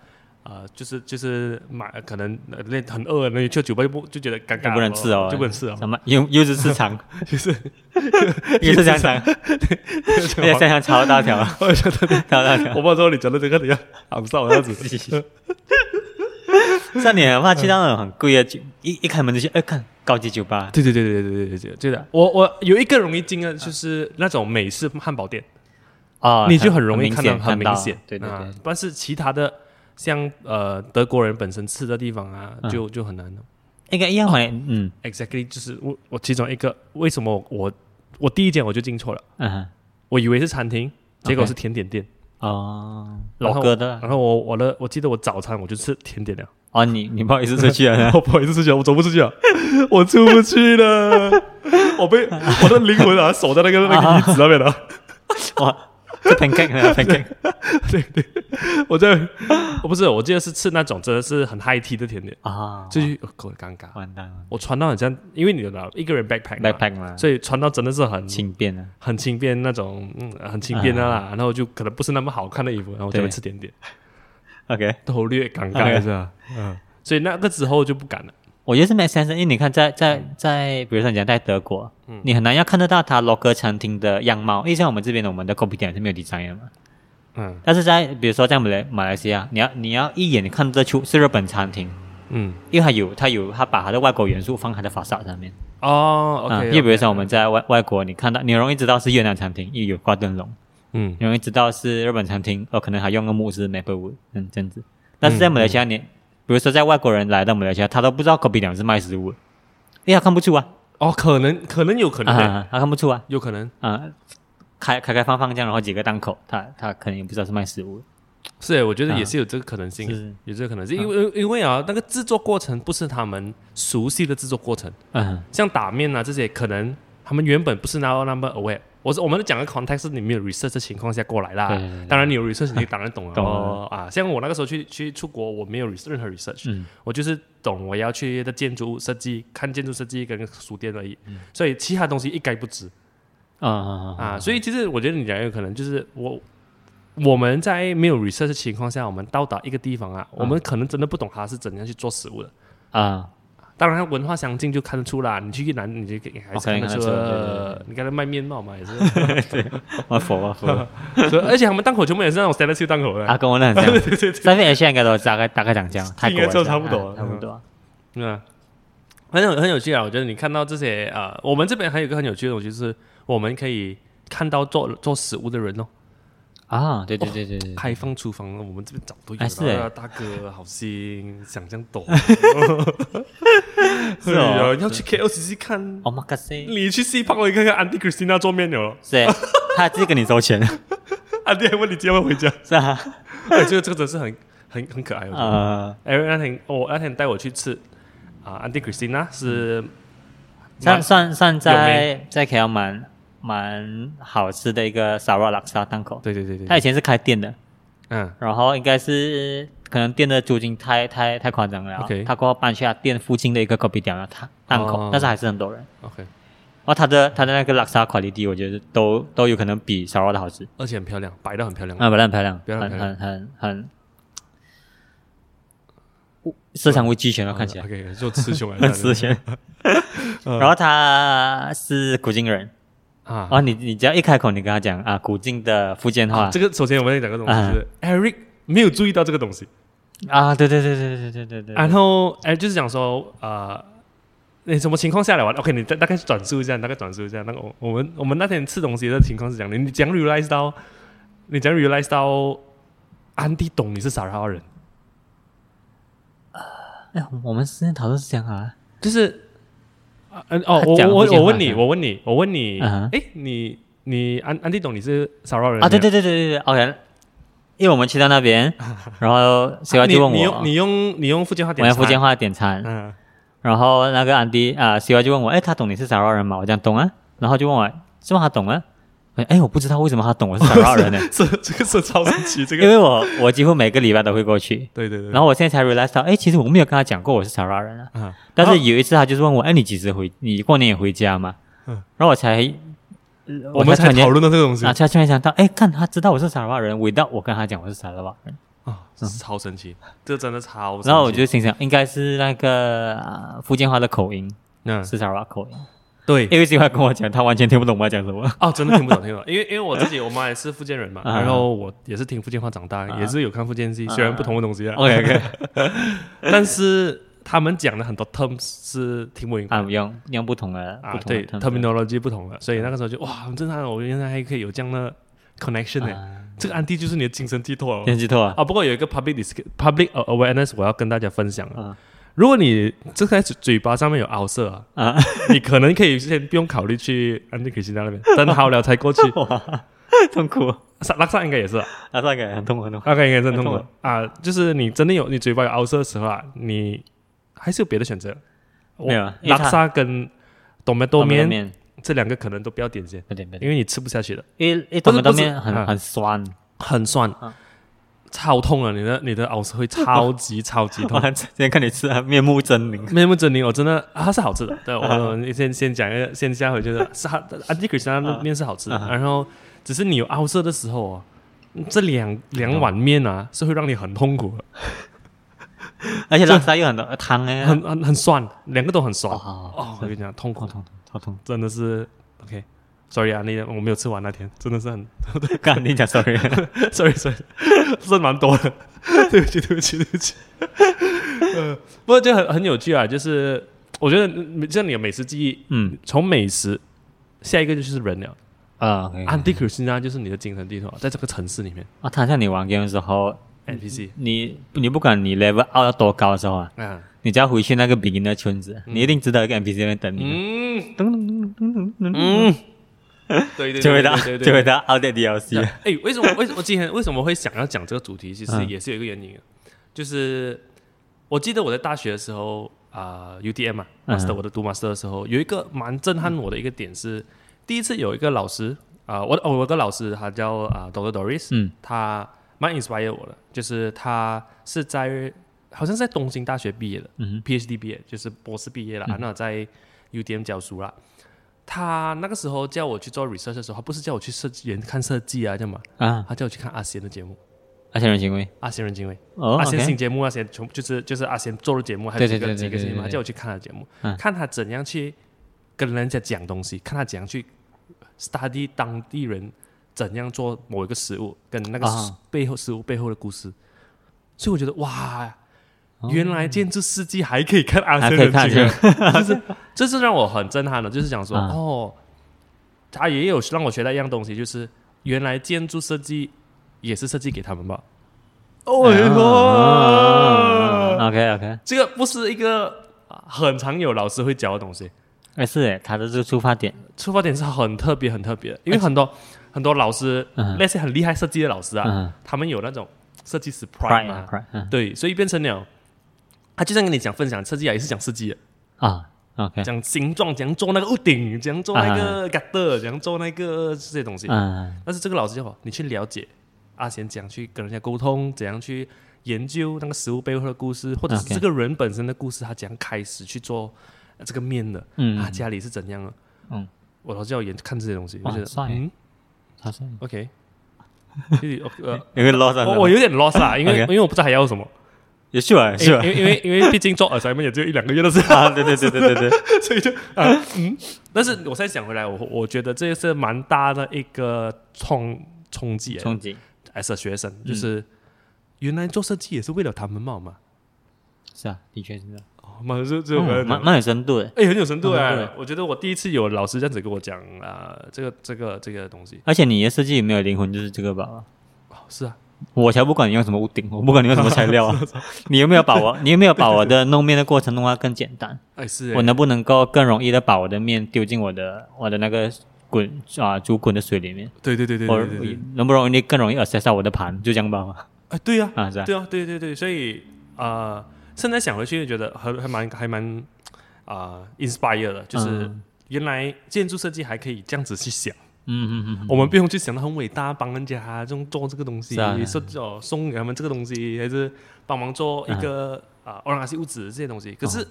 Speaker 1: 呃，就是就是买，可能呃那很饿，那你去酒吧就不就觉得尴尬
Speaker 2: 就
Speaker 1: 了，
Speaker 2: 不能吃哦，
Speaker 1: 就不能吃哦。
Speaker 2: 什么柚柚子市 场，
Speaker 1: 就是
Speaker 2: 柚子香肠， 而 且香肠超大条，超大条。
Speaker 1: 我不知道你讲的这个怎样，好笑这样子。
Speaker 2: 像你很怕去到那种很贵的酒，一一开门就去，哎，看高级酒吧
Speaker 1: 对对对对对对对对，对的。我我有一个容易进的，就是那种美式汉堡店，
Speaker 2: 哦，
Speaker 1: 你就很容易
Speaker 2: 明
Speaker 1: 看
Speaker 2: 显
Speaker 1: 到很明
Speaker 2: 到
Speaker 1: 显，
Speaker 2: 对对
Speaker 1: 啊
Speaker 2: 对，
Speaker 1: 但是其他的像呃德国人本身吃的地方啊，
Speaker 2: 嗯
Speaker 1: 就就很难了。
Speaker 2: 应该一样
Speaker 1: 哦
Speaker 2: 好像嗯
Speaker 1: Exactly，就是我我其中一个，为什么我我第一间我就进错了？
Speaker 2: 嗯哼
Speaker 1: 我以为是餐厅，结果
Speaker 2: OK
Speaker 1: 是甜点店。
Speaker 2: 哦，
Speaker 1: 然
Speaker 2: 老
Speaker 1: 后
Speaker 2: 哥的
Speaker 1: 然后我我的我记得我早餐我就吃甜点了，，
Speaker 2: 哦，你你不好意思出去啊了
Speaker 1: 我不好意思出去了，我走不出去了，啊 我出不去了，我被我的灵魂啊锁在那个那个椅子那边啊 了。
Speaker 2: 哇，这 pancake 呢 pancake
Speaker 1: 我在我不是，我记得是吃那种真的是很 high tea 的甜点，
Speaker 2: 啊，
Speaker 1: 就去哦够尴尬。
Speaker 2: 完蛋了
Speaker 1: 我穿到很像，因为你有拿一个人 backpack 嘛
Speaker 2: ，backpack 嘛，
Speaker 1: 所以穿到真的是很
Speaker 2: 轻便啊，
Speaker 1: 很轻便那种，嗯，很轻便的啦。然后就可能不是那么好看的衣服，然后我就
Speaker 2: 对
Speaker 1: 会吃点点，
Speaker 2: OK，
Speaker 1: 都略尴
Speaker 2: 哎
Speaker 1: 尬是吧？嗯，所以那个之后就不敢了。
Speaker 2: 我觉得是 make sense，因为你看在在
Speaker 1: 嗯
Speaker 2: 在，比如说你讲在德国，你很难要看得到它 local 餐厅的样貌，因为像我们这边的我们的 c o p i t a 是没有 design 的嘛。
Speaker 1: 嗯
Speaker 2: 但是在比如说在马来马来西亚，你要你要一眼看得出是日本餐厅，
Speaker 1: 嗯，
Speaker 2: 因为它有它有它把它的外国元素放它的法式上面。
Speaker 1: 哦
Speaker 2: 啊，
Speaker 1: ，OK，
Speaker 2: 又比如说我们在外外国，你看到你容易知道是越南餐厅，因为有挂灯笼，
Speaker 1: 嗯
Speaker 2: 你容易知道是日本餐厅，哦，可能还用个木是 maple wood，嗯，这样子。但是在马来西亚，你比如说在外国人来到马来西亚，他都不知道 c o p i t a 是卖食物的，因为他看不出啊。
Speaker 1: 哦，可能可能有可能欸，
Speaker 2: 啊，他看不出啊，
Speaker 1: 有可能
Speaker 2: 啊，开开开放放这样，然后几个档口，他他可能也不知道是卖食物，
Speaker 1: 是欸，我觉得
Speaker 2: 啊
Speaker 1: 也是有这个可能性
Speaker 2: 是
Speaker 1: 欸，有这个可能性，因为因为啊，那个制作过程不是他们熟悉的制作过程，
Speaker 2: 嗯，
Speaker 1: 像打面啊这些，可能他们原本不是 now number aware。我是我们讲的 context 是你没有 research 的情况下过来啦
Speaker 2: 对对对，
Speaker 1: 啊当然你有 research 你就当然懂了
Speaker 2: 懂了
Speaker 1: 哦啊。像我那个时候去去出国，我没有 res- 任何 research，
Speaker 2: 嗯
Speaker 1: 我就是懂我要去的建筑设计，看建筑设计跟书店而已，所以其他东西一概不知
Speaker 2: 啊啊啊
Speaker 1: 啊。所以其实我觉得你讲有可能就是我我们在没有 research 的情况下，我们到达一个地方啊，我们可能真的不懂它是怎样去做食物的，
Speaker 2: 啊，
Speaker 1: 当然，文化相近就看得出啦。你去越南，你就给还是
Speaker 2: 可
Speaker 1: 看
Speaker 2: 以
Speaker 1: 得
Speaker 2: 哦看
Speaker 1: 出呃
Speaker 2: 得出对对
Speaker 1: 的。你看他卖面貌嘛，也是。
Speaker 2: 我啊佛我佛，
Speaker 1: 所以而且他们档口全部也是那种 stand up 秀档口的。
Speaker 2: 啊，跟我那很 像。三份 H 应该都大概大概长这样，泰国
Speaker 1: 应该都
Speaker 2: 这样
Speaker 1: 差不多
Speaker 2: 啊差不多。
Speaker 1: 对啊，很有很有趣啊！我觉得你看到这些啊、呃我们这边还有一个很有趣的东西，就是我们可以看到做做食物的人哦，
Speaker 2: 啊，对对对对对，
Speaker 1: 开放厨房，我们这边早都有
Speaker 2: 哎
Speaker 1: 了。
Speaker 2: 是哎
Speaker 1: 啊大哥，好心，想象 多。
Speaker 2: 是哦
Speaker 1: 哎呀哎要去 KLCC 看。
Speaker 2: Oh my god，是
Speaker 1: 你去西胖了，你看看 Andy Christina 做面了
Speaker 2: 是，啊他自己跟你收钱，
Speaker 1: ，Andy 还问你今天要不要回家，
Speaker 2: 是啊，
Speaker 1: 我觉得这个真是很很很可爱。我觉得
Speaker 2: 呃，
Speaker 1: Aaron 那天我那哦天带我去吃啊，Andy Christina 是
Speaker 2: 嗯算算算
Speaker 1: 有
Speaker 2: 在在 KL 蛮蛮好吃的一个沙拉拉沙档口，
Speaker 1: 对对对对，
Speaker 2: 他以前是开店的，
Speaker 1: 嗯
Speaker 2: 然后应该是可能店的租金太太太夸张了啊
Speaker 1: OK
Speaker 2: 他过后搬去他店附近的一个 coffee 店了，啊他档口
Speaker 1: 哦，
Speaker 2: 但是还是很多人。
Speaker 1: ，OK，
Speaker 2: 然后他的他的那个拉沙 quality 我觉得都都有可能比沙拉的好吃。
Speaker 1: 而且很漂亮，摆的很漂亮。
Speaker 2: 啊，不很漂亮，
Speaker 1: 嗯不要
Speaker 2: 很
Speaker 1: 很漂
Speaker 2: 很很很，非常会鸡拳了，看起
Speaker 1: 嗯
Speaker 2: 来
Speaker 1: OK，就啊雌雄
Speaker 2: 很值钱。
Speaker 1: 嗯
Speaker 2: 然后他是古晋人，
Speaker 1: 啊
Speaker 2: 哦，你你只要一开口，你跟他讲啊，古晋的福建话
Speaker 1: 啊这个首先我们要讲个东西，就是 Eric 没有注意到这个东西，
Speaker 2: 啊，对对对对对对对对
Speaker 1: 然
Speaker 2: 对，
Speaker 1: 后哎，就是讲说啊。你什么情况下来玩？OK，你大大概转述一下，大概转述一下。那个我我们我们那天吃东西的情况是这样的，你讲 realize 到，你讲 realize 到，安迪懂你是撒哈拉人，
Speaker 2: 哎，我们之前讨论是这样啊，
Speaker 1: 就是，啊嗯、哦，我
Speaker 2: 讲
Speaker 1: 我
Speaker 2: 福建
Speaker 1: 我
Speaker 2: 话
Speaker 1: 问你，
Speaker 2: 是吧
Speaker 1: 我问你，我问你，
Speaker 2: 嗯哼
Speaker 1: 哎、你你安安迪懂你是撒哈拉人
Speaker 2: 啊，对
Speaker 1: 没有
Speaker 2: 对对对对对，OK，因为我们去到 那边，然后西瓜就问
Speaker 1: 啊你你
Speaker 2: 我
Speaker 1: 用，你用你用福建话点
Speaker 2: 我
Speaker 1: 餐，
Speaker 2: 用福建话点餐，
Speaker 1: 嗯，
Speaker 2: 然后那个安迪啊，西瓜就问我，哎，他懂你是沙拉人吗？我讲懂啊，然后就问我，是吗？他懂啊？我讲哎，我不知道为什么他懂我是沙拉 人呢、
Speaker 1: 这这个是超神奇，这
Speaker 2: 因
Speaker 1: 个
Speaker 2: 为我我几乎每个礼拜都会过去，
Speaker 1: 对对对，
Speaker 2: 然后我现在才 realize 到，哎，其实我没有跟他讲过我是沙拉人啊。
Speaker 1: 啊，
Speaker 2: 但
Speaker 1: 然
Speaker 2: 是
Speaker 1: 后
Speaker 2: 有一次他就是问我，哎，你几时回？你过年也回家吗？
Speaker 1: 嗯
Speaker 2: 然后我才
Speaker 1: 我们才
Speaker 2: 才突然间
Speaker 1: 讨论到这个东西
Speaker 2: 啊，才突然想到，哎，看他知道我是沙拉人，回到我跟他讲我是沙拉人，
Speaker 1: 啊，超神奇，这真的超神奇。
Speaker 2: 然后我就心想，应该是那个、啊福建话的口音
Speaker 1: 嗯，
Speaker 2: 是沙拉口音，
Speaker 1: 对，
Speaker 2: 因为西瓜跟我讲，他完全听不懂我在讲 什么。
Speaker 1: 哦，真的听不懂，听不懂，因为因为我自己我妈也是福建人嘛，
Speaker 2: 啊
Speaker 1: 然后我也是听福建话长大，
Speaker 2: 啊
Speaker 1: 也是有看福建戏，
Speaker 2: 啊
Speaker 1: 虽然不同的东西啊，
Speaker 2: OK OK，
Speaker 1: 但是他们讲的很多 terms 是听不明白
Speaker 2: 啊，。用用不同的
Speaker 1: 啊
Speaker 2: 不，同
Speaker 1: 对
Speaker 2: 的嗯 terms
Speaker 1: ，terminology 不同了，所以那个时候就哇，真的，我原来还可以有这样的 connection 呢。
Speaker 2: 啊
Speaker 1: 这个安迪就是你的精神寄托哦。
Speaker 2: 电击头啊，
Speaker 1: 啊，不过有一个 public disc public awareness 我要跟大家分享啊
Speaker 2: 啊。
Speaker 1: 如果你这开始嘴巴上面有凹色啊，
Speaker 2: 啊
Speaker 1: 你可能可以先不用考虑去啊安迪克西那 边，等好了才过去。
Speaker 2: 哇，痛苦。
Speaker 1: 萨拉萨应该也是啊，
Speaker 2: 啊，那个很痛苦很痛苦。
Speaker 1: 拉萨应该是很痛
Speaker 2: 很
Speaker 1: 苦
Speaker 2: 痛
Speaker 1: 啊。就是你真的有你嘴巴有凹色的时候啊，你还是有别的选择。我
Speaker 2: 没有啊因
Speaker 1: 拉
Speaker 2: 为它
Speaker 1: 萨跟 d o m 多面
Speaker 2: 面，
Speaker 1: 这两个可能都不要点先，
Speaker 2: 有点有点，
Speaker 1: 因为你吃不下去的，
Speaker 2: 因为因为短
Speaker 1: 不
Speaker 2: 刀
Speaker 1: 是不是
Speaker 2: 面很
Speaker 1: 啊
Speaker 2: 很酸，
Speaker 1: 很酸
Speaker 2: 啊，
Speaker 1: 超痛啊！你的你的凹色会超级超级痛
Speaker 2: 我。今天看你吃啊，面目狰狞。
Speaker 1: 面目狰狞，我真的、啊、它是好吃 的。对，我我先先讲一个先下回，就是啊是它安迪克斯那面是好吃的，
Speaker 2: 啊
Speaker 1: 然后只是你有凹色的时候哦，这两两碗面啊是会让你很痛苦的，
Speaker 2: 而且拉萨又很多汤哎，
Speaker 1: 很很很酸，两个都很酸。
Speaker 2: 哦
Speaker 1: 哦，
Speaker 2: 好好
Speaker 1: 我跟你讲，痛苦
Speaker 2: 好痛好痛。
Speaker 1: 真的是 OK。sorry 啊，那天我没有吃完那天，真的是很
Speaker 2: 刚才你讲 sorry，
Speaker 1: sorry sorry，剩蛮多的，对不起对不起对不起。呃，不过就很很有趣啊，就是我觉得像你有美食记忆，
Speaker 2: 嗯
Speaker 1: 从美食，下一个就是人了。
Speaker 2: 啊
Speaker 1: 安迪克西娜就是你的精神寄托，在这个城市里面
Speaker 2: 啊！他像你玩 game 的时候，
Speaker 1: NPC
Speaker 2: 你你不管你 level out 要多高的时候啊，
Speaker 1: 啊，
Speaker 2: 你只要回去那个 begin 的圈子，你一定知道一个 NPC 在那边等你，
Speaker 1: 嗯
Speaker 2: 噔噔噔噔噔噔，
Speaker 1: 嗯，对对
Speaker 2: 就会
Speaker 1: 对
Speaker 2: 到
Speaker 1: 对对
Speaker 2: 就会到 out 的 DLC
Speaker 1: 哎，为什么为什么今天为什么会想要讲这个主题？其实
Speaker 2: 嗯
Speaker 1: 也是有一个原因的，就是我记得我在大学的时候啊，UDM 嘛
Speaker 2: 嗯
Speaker 1: ，master 我的读 master 的时候，有一个蛮震撼我的一个点是，第一次有一个老师啊，我的哦我的老师他叫啊 Doctor Doris，
Speaker 2: 嗯
Speaker 1: 他蛮 inspire 我的，就是他是在好像是在东京大学毕业的，
Speaker 2: 嗯
Speaker 1: PhD 毕业，就是博士毕业了，那、在 UDM 教书啦。他那个时候叫我去做 research 的时候，他不是叫我去设计研看设计啊，这样嘛，
Speaker 2: 啊
Speaker 1: 他叫我去看阿贤的节目。
Speaker 2: 阿仙人行为
Speaker 1: 阿仙人精卫，
Speaker 2: 哦
Speaker 1: 阿仙
Speaker 2: ，OK
Speaker 1: 新节目，阿仙全部就是就是阿仙做的节目，还有
Speaker 2: 对
Speaker 1: 几
Speaker 2: 对
Speaker 1: 个
Speaker 2: 对
Speaker 1: 几
Speaker 2: 对
Speaker 1: 个
Speaker 2: 对
Speaker 1: 节目，
Speaker 2: 对
Speaker 1: 他
Speaker 2: 对
Speaker 1: 叫我去看他的节目
Speaker 2: 嗯，
Speaker 1: 看他怎样去跟人家讲东西，看他怎样去 study 当地人怎样做某一个食物，跟那个
Speaker 2: 啊
Speaker 1: 食背后食物背后的故事。所以我觉得哇，原来见这世纪还可以看阿仙
Speaker 2: 哦还可
Speaker 1: 人
Speaker 2: 以看
Speaker 1: 精卫， 就是这是让我很震撼的，就是想说
Speaker 2: 啊
Speaker 1: 哦，他也有让我学到一样东西，就是原来建筑设计也是设计给他们吧。
Speaker 2: 哎
Speaker 1: 哦哟，
Speaker 2: ，OK OK，
Speaker 1: 啊这个不是一个很常有老师会教的东西，
Speaker 2: 哎是哎，他的这个出发点，
Speaker 1: 出发点是很特别、很特别的，因为很多很多老师，
Speaker 2: 哎嗯
Speaker 1: 那些很厉害设计的老师啊，
Speaker 2: 嗯
Speaker 1: 他们有那种设计师 pride
Speaker 2: ，pride
Speaker 1: 嘛
Speaker 2: 啊，pride，嗯
Speaker 1: 对，所以变成了。他就像跟你讲分享设计啊，也是讲设计的，
Speaker 2: 啊，OK，
Speaker 1: 讲形状，讲做那个屋顶，讲做那
Speaker 2: 啊
Speaker 1: 个 gutter，讲做那个这些东西。
Speaker 2: 嗯
Speaker 1: 但是这个老师就好，你去了解阿贤怎样去跟人家沟通，怎样去研究那个食物背后的故事，或者是
Speaker 2: 啊 OK
Speaker 1: 这个人本身的故事，他怎样开始去做呃这个面的，他
Speaker 2: 嗯，
Speaker 1: 家里是怎样的。
Speaker 2: 嗯，
Speaker 1: 我老师叫我研看这些东西，我
Speaker 2: 哇
Speaker 1: 觉得
Speaker 2: 帅
Speaker 1: 嗯
Speaker 2: 他是
Speaker 1: ，OK，就是呃
Speaker 2: 有个 lost，
Speaker 1: 我我有点 lost 啊，因为
Speaker 2: OK
Speaker 1: 因为我不知道还要什么，
Speaker 2: 也是吧， 是吧
Speaker 1: 因？为因为因为毕竟做耳塞面也只有一两个月的事，
Speaker 2: 啊，对对对对对对，
Speaker 1: 所以就啊嗯，但是我再想回来，我我觉得这是蛮大的一个冲冲击啊来的，
Speaker 2: 冲击
Speaker 1: as a 学生，
Speaker 2: 嗯
Speaker 1: 就是、原来做设计也是为了他们嘛嘛，
Speaker 2: 是啊，的确是这样，
Speaker 1: 哦，嘛这这
Speaker 2: 嗯蛮蛮有深度的。
Speaker 1: 哎、很有深度
Speaker 2: 蛮
Speaker 1: 哎、
Speaker 2: 深度
Speaker 1: 我觉得我第一次有老师这样子跟我讲啊、这个这个这个东西、
Speaker 2: 而且你的设计没有灵魂，就是这个吧？
Speaker 1: 哦，是啊，
Speaker 2: 我才不管你用什么屋顶，我不管你用什么材料啊！你有没有把我，你有没有把我的弄面的过程弄得更简单？
Speaker 1: 哎、是、
Speaker 2: 我
Speaker 1: 哎
Speaker 2: 能不能够更容易的把我的面丢进我的我的那个滚啊煮滚的水里面？
Speaker 1: 对对对对
Speaker 2: 我
Speaker 1: 对对对，
Speaker 2: 能不容易更容易 access 到我的盘？就这样吧。
Speaker 1: 哎、对呀、
Speaker 2: 啊，是啊，
Speaker 1: 对啊，对对对，所以啊、呃现在想回去觉得还还蛮还蛮啊、inspire 的，就是
Speaker 2: 嗯
Speaker 1: 原来建筑设计还可以这样子去想。
Speaker 2: 嗯嗯嗯
Speaker 1: 我们不用去想到很伟大，帮人家用做这个东西，
Speaker 2: 是啊
Speaker 1: 说哦送给他们这个东西，还是帮忙做一个啊欧朗西物质这些东西。可
Speaker 2: 哦
Speaker 1: 是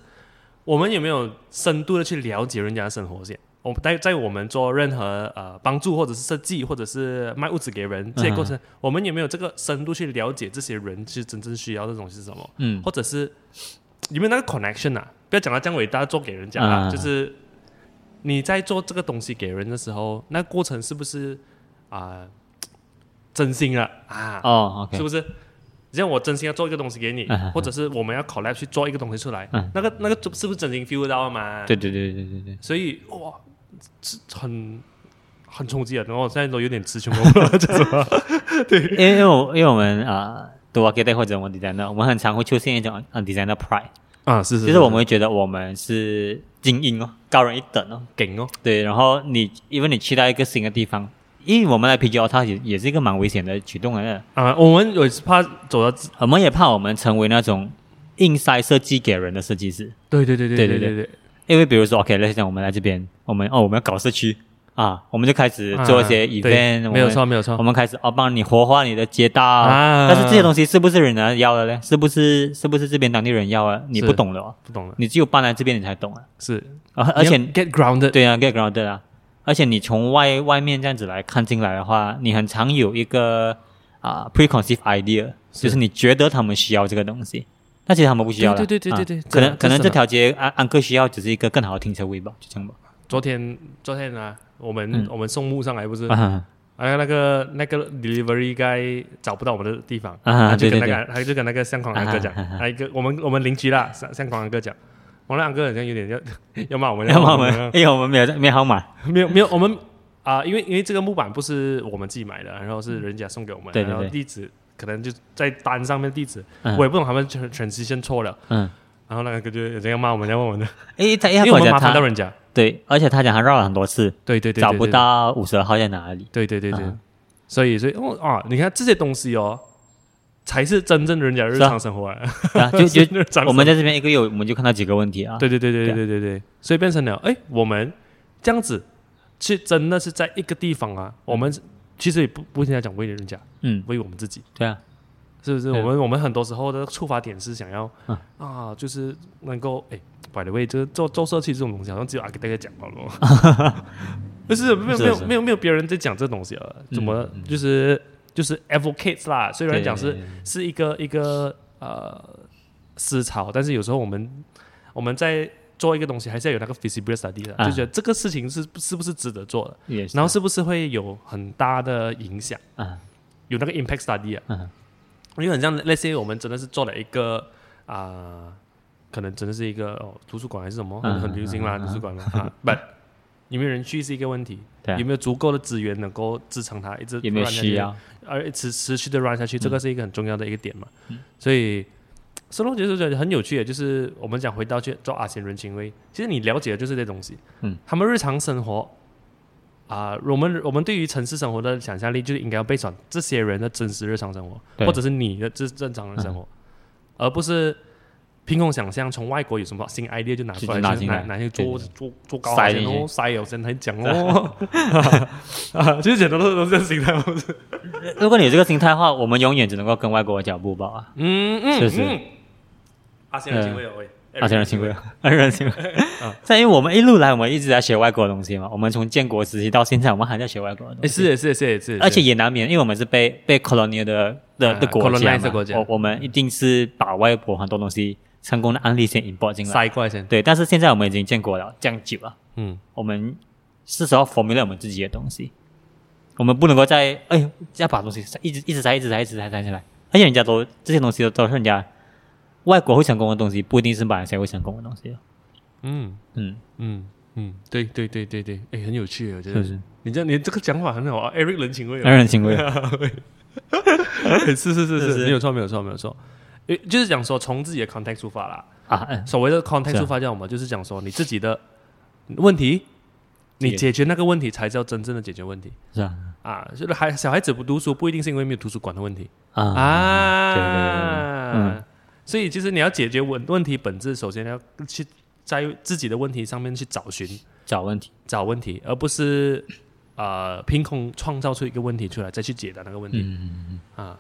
Speaker 1: 我们有没有深度的去了解人家的生活线？我们在在我们做任何呃帮助或者是设计或者是卖物质给人
Speaker 2: 嗯
Speaker 1: 这些过程，我们有没有这个深度去了解这些人是真正需要的东西是什么，
Speaker 2: 嗯
Speaker 1: 或者是有没有那个 connection 啊？不要讲到这样伟大做给人家啊，
Speaker 2: 嗯
Speaker 1: 就是你在做这个东西给人的时候，那过程是不是啊、真心了啊？
Speaker 2: 哦
Speaker 1: 是
Speaker 2: ，OK，
Speaker 1: 不是？像我真心要做一个东西给你，
Speaker 2: 嗯嗯
Speaker 1: 或者是我们要 collab 去做一个东西出来，
Speaker 2: 嗯
Speaker 1: 那个那个是不是真心 feel 到啊嘛？
Speaker 2: 对，对对对对对，
Speaker 1: 所以哇，是很很冲击啊！然后我现在都有点词穷 了，就是
Speaker 2: 因为因为我因为我们啊读 architect 或者我们 designer，我们很常会出现一种啊 designer pride，
Speaker 1: 啊，是是，
Speaker 2: 就是我们会觉得我们是精英哦，高人一等哦。
Speaker 1: 梗哦，
Speaker 2: 对，然后你因为你去到一个新的地方，因为我们来 PGO，它也也是一个蛮危险的举动来的。
Speaker 1: 啊，我们有怕走到，
Speaker 2: 我们也怕我们成为那种硬塞设计给人的设计师，
Speaker 1: 对对对对
Speaker 2: 对
Speaker 1: 对
Speaker 2: 对
Speaker 1: 对对，
Speaker 2: 因为比如说 OK，类似像我们来这边，我们哦我们要搞社区啊，我们就开始做一些
Speaker 1: 啊对
Speaker 2: event，、
Speaker 1: 没有错，没有
Speaker 2: 我
Speaker 1: 错，
Speaker 2: 们开始哦，帮你活化你的街道，
Speaker 1: 啊
Speaker 2: 但是这些东西是不是人家要的嘞？是不是是不是这边当地人要啊？你
Speaker 1: 是
Speaker 2: 不懂的哦，
Speaker 1: 不懂了，
Speaker 2: 你只有搬来这边你才懂啊。
Speaker 1: 是，
Speaker 2: 而而且
Speaker 1: 你要 get grounded，
Speaker 2: 对啊，get grounded 啊。而且你从外外面这样子来看进来的话，你很常有一个啊、preconceived idea，
Speaker 1: 是
Speaker 2: 就是你觉得他们需要这个东西，但其实他们不需要啦
Speaker 1: 对对对对对
Speaker 2: 啊
Speaker 1: 对这
Speaker 2: 可能可能
Speaker 1: 这是
Speaker 2: 这条街安安哥需要只是一个更好的停车位吧，就这样吧。
Speaker 1: 昨天昨天啊，我们、
Speaker 2: 嗯
Speaker 1: 我们送木上来不是，
Speaker 2: 啊
Speaker 1: 还有那个那个 delivery guy 找不到我们的地方，
Speaker 2: 啊
Speaker 1: 他就跟那
Speaker 2: 对对
Speaker 1: 个他就跟那个相框安哥讲，
Speaker 2: 啊啊啊啊
Speaker 1: 那一个我们我们邻居啦，相相框安哥讲，我那安哥好像有点要 要骂我们，
Speaker 2: 要么我们，因为我们没有没有号码，
Speaker 1: 没有没有我们啊、因为因为这个木板不是我们自己买的，然后是人家送给我们，
Speaker 2: 嗯对对对
Speaker 1: 然后地址可能就在单上面地址，
Speaker 2: 嗯
Speaker 1: 我也不懂他们 tran- transition 错了，
Speaker 2: 嗯，
Speaker 1: 然后那个哥就有这样骂我们，要问我们的，
Speaker 2: 诶，他
Speaker 1: 因为
Speaker 2: 他跟
Speaker 1: 我们
Speaker 2: 我讲
Speaker 1: 麻烦到
Speaker 2: 他
Speaker 1: 人家，
Speaker 2: 对，而且他讲他绕了很多次，
Speaker 1: 对对对对
Speaker 2: 找不
Speaker 1: 对
Speaker 2: 到五十二号在哪里。
Speaker 1: 对对对对，
Speaker 2: 嗯
Speaker 1: 所以所以哦啊，你看这些东西哦，才是真正人家的日
Speaker 2: 是啊
Speaker 1: 常生活、啊，
Speaker 2: 啊，就就
Speaker 1: 日常生活
Speaker 2: 我们在这边一个月，我们就看到几个问题啊。
Speaker 1: 对对对对
Speaker 2: 对啊
Speaker 1: 对对对，所以变成了哎，我们这样子去真的是在一个地方啊，我们其实也不不应该讲为了人家，
Speaker 2: 嗯，
Speaker 1: 为我们自己。
Speaker 2: 对啊，
Speaker 1: 是不是？
Speaker 2: 对
Speaker 1: 我们我们很多时候的出发点是想要
Speaker 2: 嗯
Speaker 1: 啊，就是能够哎，by the way，就是做做社区这种东西，好像只有阿给大家讲到了 哦，不是没有
Speaker 2: 是
Speaker 1: 没有
Speaker 2: 是
Speaker 1: 啊没有没有别人在讲这东西了，怎么
Speaker 2: 嗯
Speaker 1: 就是就是 advocates 啦，虽然讲是
Speaker 2: 对
Speaker 1: 是一个一个呃思潮，但是有时候我们我们在做一个东西，还是要有那个 feasibility study 的，
Speaker 2: 啊
Speaker 1: 就觉得这个事情是是不是值得做的，
Speaker 2: 也是
Speaker 1: 然后是不是会有很大的影响，
Speaker 2: 啊
Speaker 1: 有那个 impact study 啊，
Speaker 2: 嗯
Speaker 1: 因为很像那些我们真的是做了一个啊、呃可能真的是一个哦图书馆还是什么，很
Speaker 2: 嗯
Speaker 1: 很流行啦，
Speaker 2: 嗯嗯嗯
Speaker 1: 图书馆啦 啊，but 有没有人去是一个问题，
Speaker 2: 对啊
Speaker 1: 有没有足够的资源能够支撑它一直
Speaker 2: 有没有
Speaker 1: run 下去
Speaker 2: 需要？
Speaker 1: 而持持续的 run 下去，这
Speaker 2: 嗯
Speaker 1: 个是一个很重要的一个点嘛。所以，所以我觉得就是很有趣的，就是我们讲回到去做阿贤人情味，其实你了解的就是这东西。
Speaker 2: 嗯，
Speaker 1: 他们日常生活啊、我们我们对于城市生活的想象力，就是应该要背转这些人的真实日常生活，
Speaker 2: 对嗯
Speaker 1: 或者是你的这正常人生活，而不是。凭空想象，从外国有什么新 idea 就拿出来，
Speaker 2: 就拿
Speaker 1: 就是
Speaker 2: 进
Speaker 1: 拿
Speaker 2: 来
Speaker 1: 拿去
Speaker 2: 对
Speaker 1: 做做做高
Speaker 2: 塞
Speaker 1: 先
Speaker 2: 进去
Speaker 1: 哦，塞有先才讲 哦， 啊，就是很多都是这样形态模式。
Speaker 2: 如果你有这个心态的话，我们永远只能够跟外国脚步 吧啊，
Speaker 1: 嗯嗯，
Speaker 2: 是是
Speaker 1: 嗯。阿仙人行为嗯有喂，
Speaker 2: 啊，当然行为，当 然行为。但因为我们一路来，我们一直在学外国的东西嘛，我们从建国时期到现在，我们还在学外国的东
Speaker 1: 哎，
Speaker 2: 西。
Speaker 1: 是的是的是的是的，
Speaker 2: 而且也难免，因为我们是被被 colonial 的的的
Speaker 1: 啊
Speaker 2: 国家
Speaker 1: colonize 的
Speaker 2: 嘛，
Speaker 1: 国家
Speaker 2: 我我们一定是把外国很多东西成功的案例先 import 进来。
Speaker 1: 塞过来先，
Speaker 2: 对，但是现在我们已经建国了这样久了，
Speaker 1: 嗯，
Speaker 2: 我们是时候 formulate 我们自己的东西，我们不能够再哎呦再把东西一直一直塞一直塞一直塞塞进来，而且人家都这些东西都都是人家外国会成功的东西，不一定是马来西亚会成功的东西。
Speaker 1: 嗯
Speaker 2: 嗯，
Speaker 1: 嗯嗯，对对对对对，哎，很有趣，我觉
Speaker 2: 是不
Speaker 1: 得。
Speaker 2: 是？
Speaker 1: 你这你这个讲法很好啊，Eric 人情味哦，
Speaker 2: 让人欣慰。
Speaker 1: 哎 是是是
Speaker 2: 是
Speaker 1: 是，
Speaker 2: 是
Speaker 1: 没有错没有错没有错，诶，就是讲说从自己的 context 出发啦，
Speaker 2: 啊，嗯
Speaker 1: 所谓的 context
Speaker 2: 是啊
Speaker 1: 出发叫什么？就是讲说你自己的问题，你
Speaker 2: 解
Speaker 1: 解决那个问题才叫真正的解决问题
Speaker 2: 是啊，
Speaker 1: 啊。就是孩小孩子不读书，不一定是因为没有图书馆的问题，
Speaker 2: 啊对
Speaker 1: 啊，
Speaker 2: 对对对嗯
Speaker 1: 所以其实你要解决问问题本质，首先要去在自己的问题上面去找寻
Speaker 2: 找问题，
Speaker 1: 找问题，而不是呃凭空创造出一个问题出来再去解答那个问题、
Speaker 2: 嗯，
Speaker 1: 啊。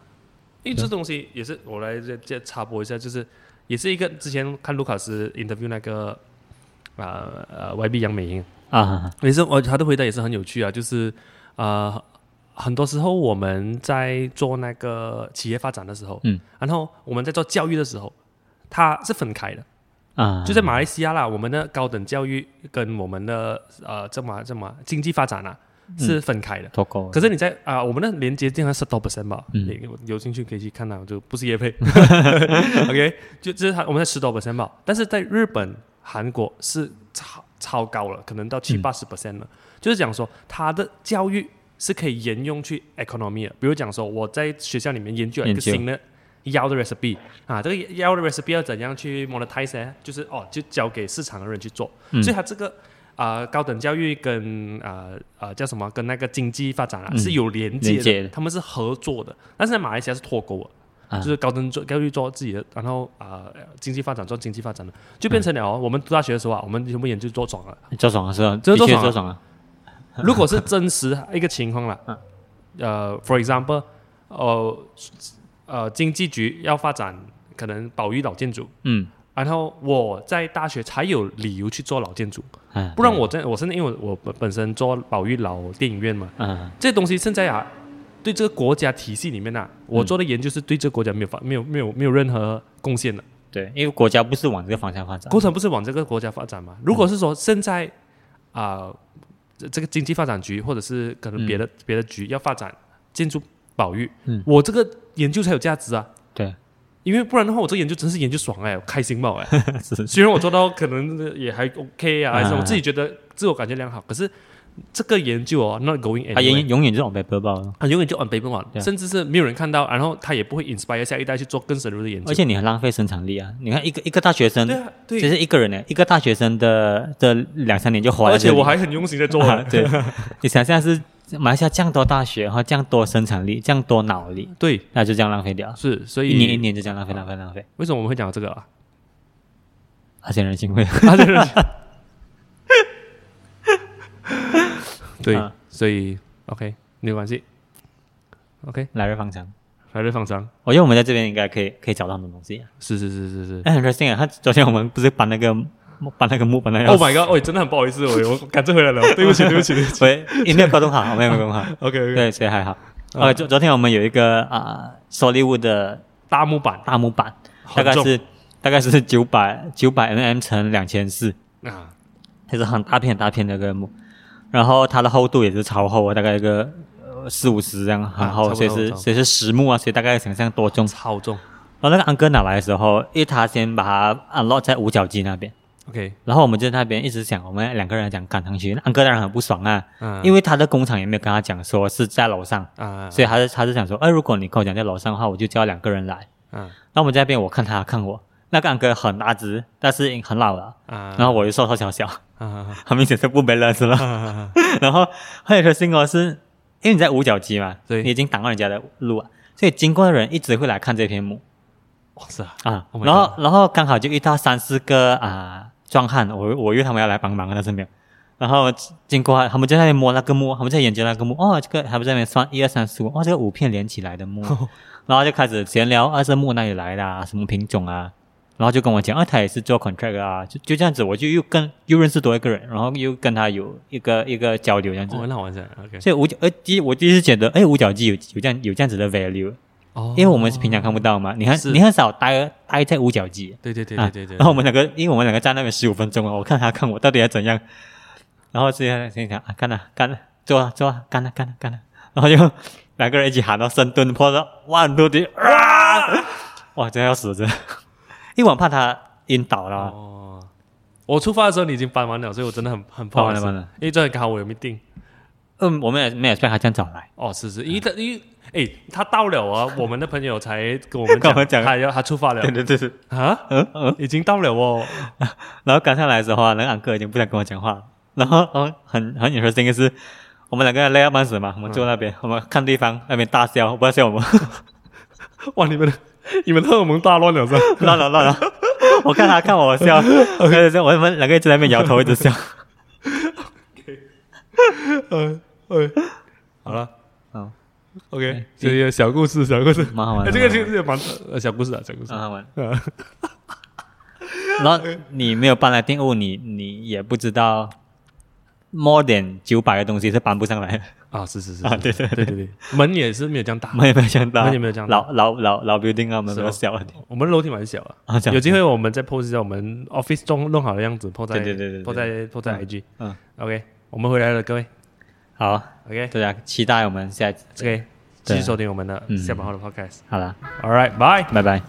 Speaker 1: 因为这东西也是我来再再插播一下，就是也是一个之前看卢卡斯 interview 那个呃呃 YB 杨美英，
Speaker 2: 啊，
Speaker 1: 也是我他的回答也是很有趣啊，就是呃，很多时候我们在做那个企业发展的时候，
Speaker 2: 嗯，
Speaker 1: 然后我们在做教育的时候，它是分开的，
Speaker 2: 啊，
Speaker 1: 就在马来西亚啦，我们的高等教育跟我们的呃这么这么经济发展啊
Speaker 2: 嗯
Speaker 1: 是分开的。
Speaker 2: 脱钩，
Speaker 1: 可是你在啊、我们的连接竟然是 top percent 吧？
Speaker 2: 哦嗯
Speaker 1: 你有兴趣可以去看啊， 就不是叶配。OK，就这是他我们在十 top percent 吧，但是在日本、韩国是超超高了，可能到七
Speaker 2: 嗯
Speaker 1: 八十 percent 了。就是讲说，他的教育是可以沿用去 economy 的，比如讲说我在学校里面研究了一个
Speaker 2: 研究
Speaker 1: 新的。腰的 recipe 啊，这个腰的 recipe 要怎样去 monetize 呢？就是哦，就交给市场的人去做。
Speaker 2: 嗯
Speaker 1: 所以它这个啊、高等教育跟啊啊、叫什么跟那个经济发展啊、
Speaker 2: 嗯
Speaker 1: 是有连接的，
Speaker 2: 连接的
Speaker 1: 他们是合作的。但是在马来西亚是脱钩的，
Speaker 2: 啊
Speaker 1: 就是高等教育做自己的，然后啊、经济发展做经济发展的，就变成了、哦
Speaker 2: 嗯
Speaker 1: 我们读大学的时候啊，我们全部研究做爽了。
Speaker 2: 做爽了是吧？
Speaker 1: 这是
Speaker 2: 的确
Speaker 1: 做
Speaker 2: 做
Speaker 1: 爽
Speaker 2: 爽了，嗯
Speaker 1: 如果是真实一个情况啦，呃，for example，呃呃，经济局要发展可能保育老建筑，
Speaker 2: 嗯，
Speaker 1: 然后我在大学才有理由去做老建筑，
Speaker 2: 哎
Speaker 1: 不然我在我现在因为我本本身做保育老电影院嘛，
Speaker 2: 嗯，
Speaker 1: 这东西现在啊，对这个国家体系里面啊，我做的研究是对这个国家没有发没有没有没有任何贡献的。
Speaker 2: 对，因为国家不是往这个方向发展，
Speaker 1: 工程不是往这个国家发展嘛？如果是说现在啊、这这个经济发展局或者是可能别的、别的局要发展建筑保育，
Speaker 2: 嗯
Speaker 1: 我这个研究才有价值啊。
Speaker 2: 对，
Speaker 1: 因为不然的话，我这个研究真是研究爽哎、我开心爆哎、
Speaker 2: 是是
Speaker 1: 虽然我做到可能也还 OK 啊，还是
Speaker 2: 啊
Speaker 1: 我自己觉得自我感觉良好，可是这个研究哦，not going
Speaker 2: 他
Speaker 1: anywhere
Speaker 2: 永永远这种被播报，
Speaker 1: 啊，永远就 on paper 嘛，
Speaker 2: 对啊
Speaker 1: 甚至是没有人看到，然后他也不会 inspire 下一代去做更深入的研究。
Speaker 2: 而且你很浪费生产力啊！你看一个一个大学生
Speaker 1: 对，啊，
Speaker 2: 只
Speaker 1: 对，
Speaker 2: 是一个人呢，一个大学生的的两三年就花在
Speaker 1: 而且
Speaker 2: 这里
Speaker 1: 我还很用心在做、
Speaker 2: 啊对，你想象是马来西亚这样多大学，然后这样多生产力，这样多脑力，
Speaker 1: 对，
Speaker 2: 那就这样浪费掉，
Speaker 1: 是，所以
Speaker 2: 一年一年就这样浪费浪费浪费，
Speaker 1: 为什么我们会讲到这个啊？
Speaker 2: 而且人情味。
Speaker 1: 啊对对对对
Speaker 2: 啊，
Speaker 1: 所以 OK 没有关系，OK
Speaker 2: 来日方长。
Speaker 1: 来日方长，
Speaker 2: 我觉得我们在这边应该可以可以找到很多东西。啊
Speaker 1: 是是是是是。
Speaker 2: 哎很，interesting 啊！他昨天我们不是搬那个搬那个木搬那个
Speaker 1: Oh my god！喂，真的很不好意思，我我赶着回来了，对不起对不起对不起。
Speaker 2: 喂，音乐沟通好，没有没有沟通好，
Speaker 1: OK OK，
Speaker 2: 对，所以还好。呃，昨昨天我们有一个啊 s o l l y w o o d 的
Speaker 1: 大木板
Speaker 2: 大木板，大
Speaker 1: 很
Speaker 2: 概
Speaker 1: 重
Speaker 2: 是大概是九百九百 mm 乘两千四，
Speaker 1: 啊，
Speaker 2: 还是很大片很大片的一个木，然后它的厚度也是超厚的，啊大概一个呃四五十这样，很
Speaker 1: 啊
Speaker 2: 厚，
Speaker 1: 差不多
Speaker 2: 所以
Speaker 1: 差
Speaker 2: 是
Speaker 1: 不多
Speaker 2: 所以是实木啊，所以大概想象多重。
Speaker 1: 超重。
Speaker 2: 然后那个安哥拿来的时候，因为他先把它安落在五角机那边，
Speaker 1: OK，
Speaker 2: 然后我们就在那边一直想，我们两个人讲赶上去，那安哥当然很不爽啊，
Speaker 1: 嗯，
Speaker 2: 因为他的工厂也没有跟他讲说是在楼上，
Speaker 1: 啊，
Speaker 2: 所以他是他是想说，哎，如果你跟我讲在楼上的话，我就叫两个人来。
Speaker 1: 嗯
Speaker 2: 那我们在那边，我看他看我，那个安哥很大只，但是很老了，
Speaker 1: 啊，
Speaker 2: 然后我又瘦瘦小 小，
Speaker 1: 啊
Speaker 2: 很明显是不 balance 了。
Speaker 1: 啊，
Speaker 2: 然后还有一个信号是，因为你在五角机嘛，
Speaker 1: 对
Speaker 2: 你已经挡到人家的路啊，所以经过的人一直会来看这片墓
Speaker 1: 哇塞，
Speaker 2: 啊。
Speaker 1: Oh my
Speaker 2: 然后，然后刚好就遇到三四个啊壮汉，我我约他们要来帮忙，但是没有。然后经过他们就在那边摸那个墓，他们在研究那个墓。哦，这个他们在那边算一二三四五，哦，这个五片连起来 的墓。然后就开始闲聊，啊，这墓哪里来的啊，什么品种啊？然后就跟我讲，啊，他也是做 contract 的啊，就就这样子，我就又跟又认识多一个人，然后又跟他有一个一个交流这样子。
Speaker 1: 我很好玩噻。OK，
Speaker 2: 所以五角呃，第一我第一次觉得，哎，五角鸡有有这样有这样子的 value，
Speaker 1: 哦
Speaker 2: 因为我们是平常看不到嘛，你很
Speaker 1: 是
Speaker 2: 你很少待待在五角鸡，
Speaker 1: 对对对
Speaker 2: 啊
Speaker 1: 对对对，
Speaker 2: 然后我们两个，因为我们两个站那边十五分钟啊，我看他看我到底要怎样，然后之前心想啊，干了干了，做啊做啊，干了干了干了，然后就两个人一起喊到深蹲，破到万多的啊， 哇，真的要死了真的，因为我很怕他晕倒了啊，
Speaker 1: 哦，我出发的时候你已经搬完了，所以我真的很很不
Speaker 2: 搬
Speaker 1: 好意
Speaker 2: 完了
Speaker 1: 思
Speaker 2: 搬完了，
Speaker 1: 因为这刚好我有 meeting。
Speaker 2: 嗯，我们也没有 expect 他这样早来，
Speaker 1: 哦，是是，因为他因为哎，他到了 啊，我们的朋友才跟我们
Speaker 2: 跟我们讲
Speaker 1: 他要他出发了
Speaker 2: 对对对，
Speaker 1: 啊，
Speaker 2: 嗯嗯。
Speaker 1: 已经到了哦，
Speaker 2: 然后赶上来的时候啊，那个安哥已经不想跟我讲话了。然后，嗯，很很 interesting 的是，我们两个人累到半死嘛，我们坐那边，我们看对方那边大笑，不要笑我们，
Speaker 1: 哇，你们的你们荷尔蒙大乱了是吧？
Speaker 2: 乱了乱了。 我看他看我笑，我就我们两个一直在那边摇头，一直笑。
Speaker 1: 嗯，嗯，好了
Speaker 2: 好
Speaker 1: ，OK，
Speaker 2: 这
Speaker 1: 个小故事，小故事，
Speaker 2: 蛮好玩的
Speaker 1: 哎这个这个
Speaker 2: 蛮好玩的
Speaker 1: 这个蛮呃小故事啊，小故事
Speaker 2: 很。好玩。
Speaker 1: 啊
Speaker 2: 然后你没有搬来定物，你你也不知道 more than 九百个东西是搬不上来的，
Speaker 1: 啊，是是是
Speaker 2: 啊
Speaker 1: 是
Speaker 2: 对对
Speaker 1: 对对对，门也是没有这样大
Speaker 2: 我，们也没有想到，
Speaker 1: 我们也没有想到
Speaker 2: 老老老老 building 啊，我们
Speaker 1: 是
Speaker 2: 比
Speaker 1: 哦
Speaker 2: 较小一点。
Speaker 1: 我们楼梯蛮小
Speaker 2: 啊
Speaker 1: 啊
Speaker 2: 这，样
Speaker 1: 有机会我们再 post 一下我们 office 中弄好的样子，post 在
Speaker 2: 对对对对对
Speaker 1: post 在 post 在 IG。
Speaker 2: 嗯，
Speaker 1: OK，我们回来了，各位
Speaker 2: 好，
Speaker 1: ，OK
Speaker 2: 大家期待我们下一集。嗯
Speaker 1: OK，继续收听我们的下班后的 podcast。
Speaker 2: 好了，
Speaker 1: All right，bye。
Speaker 2: 拜拜。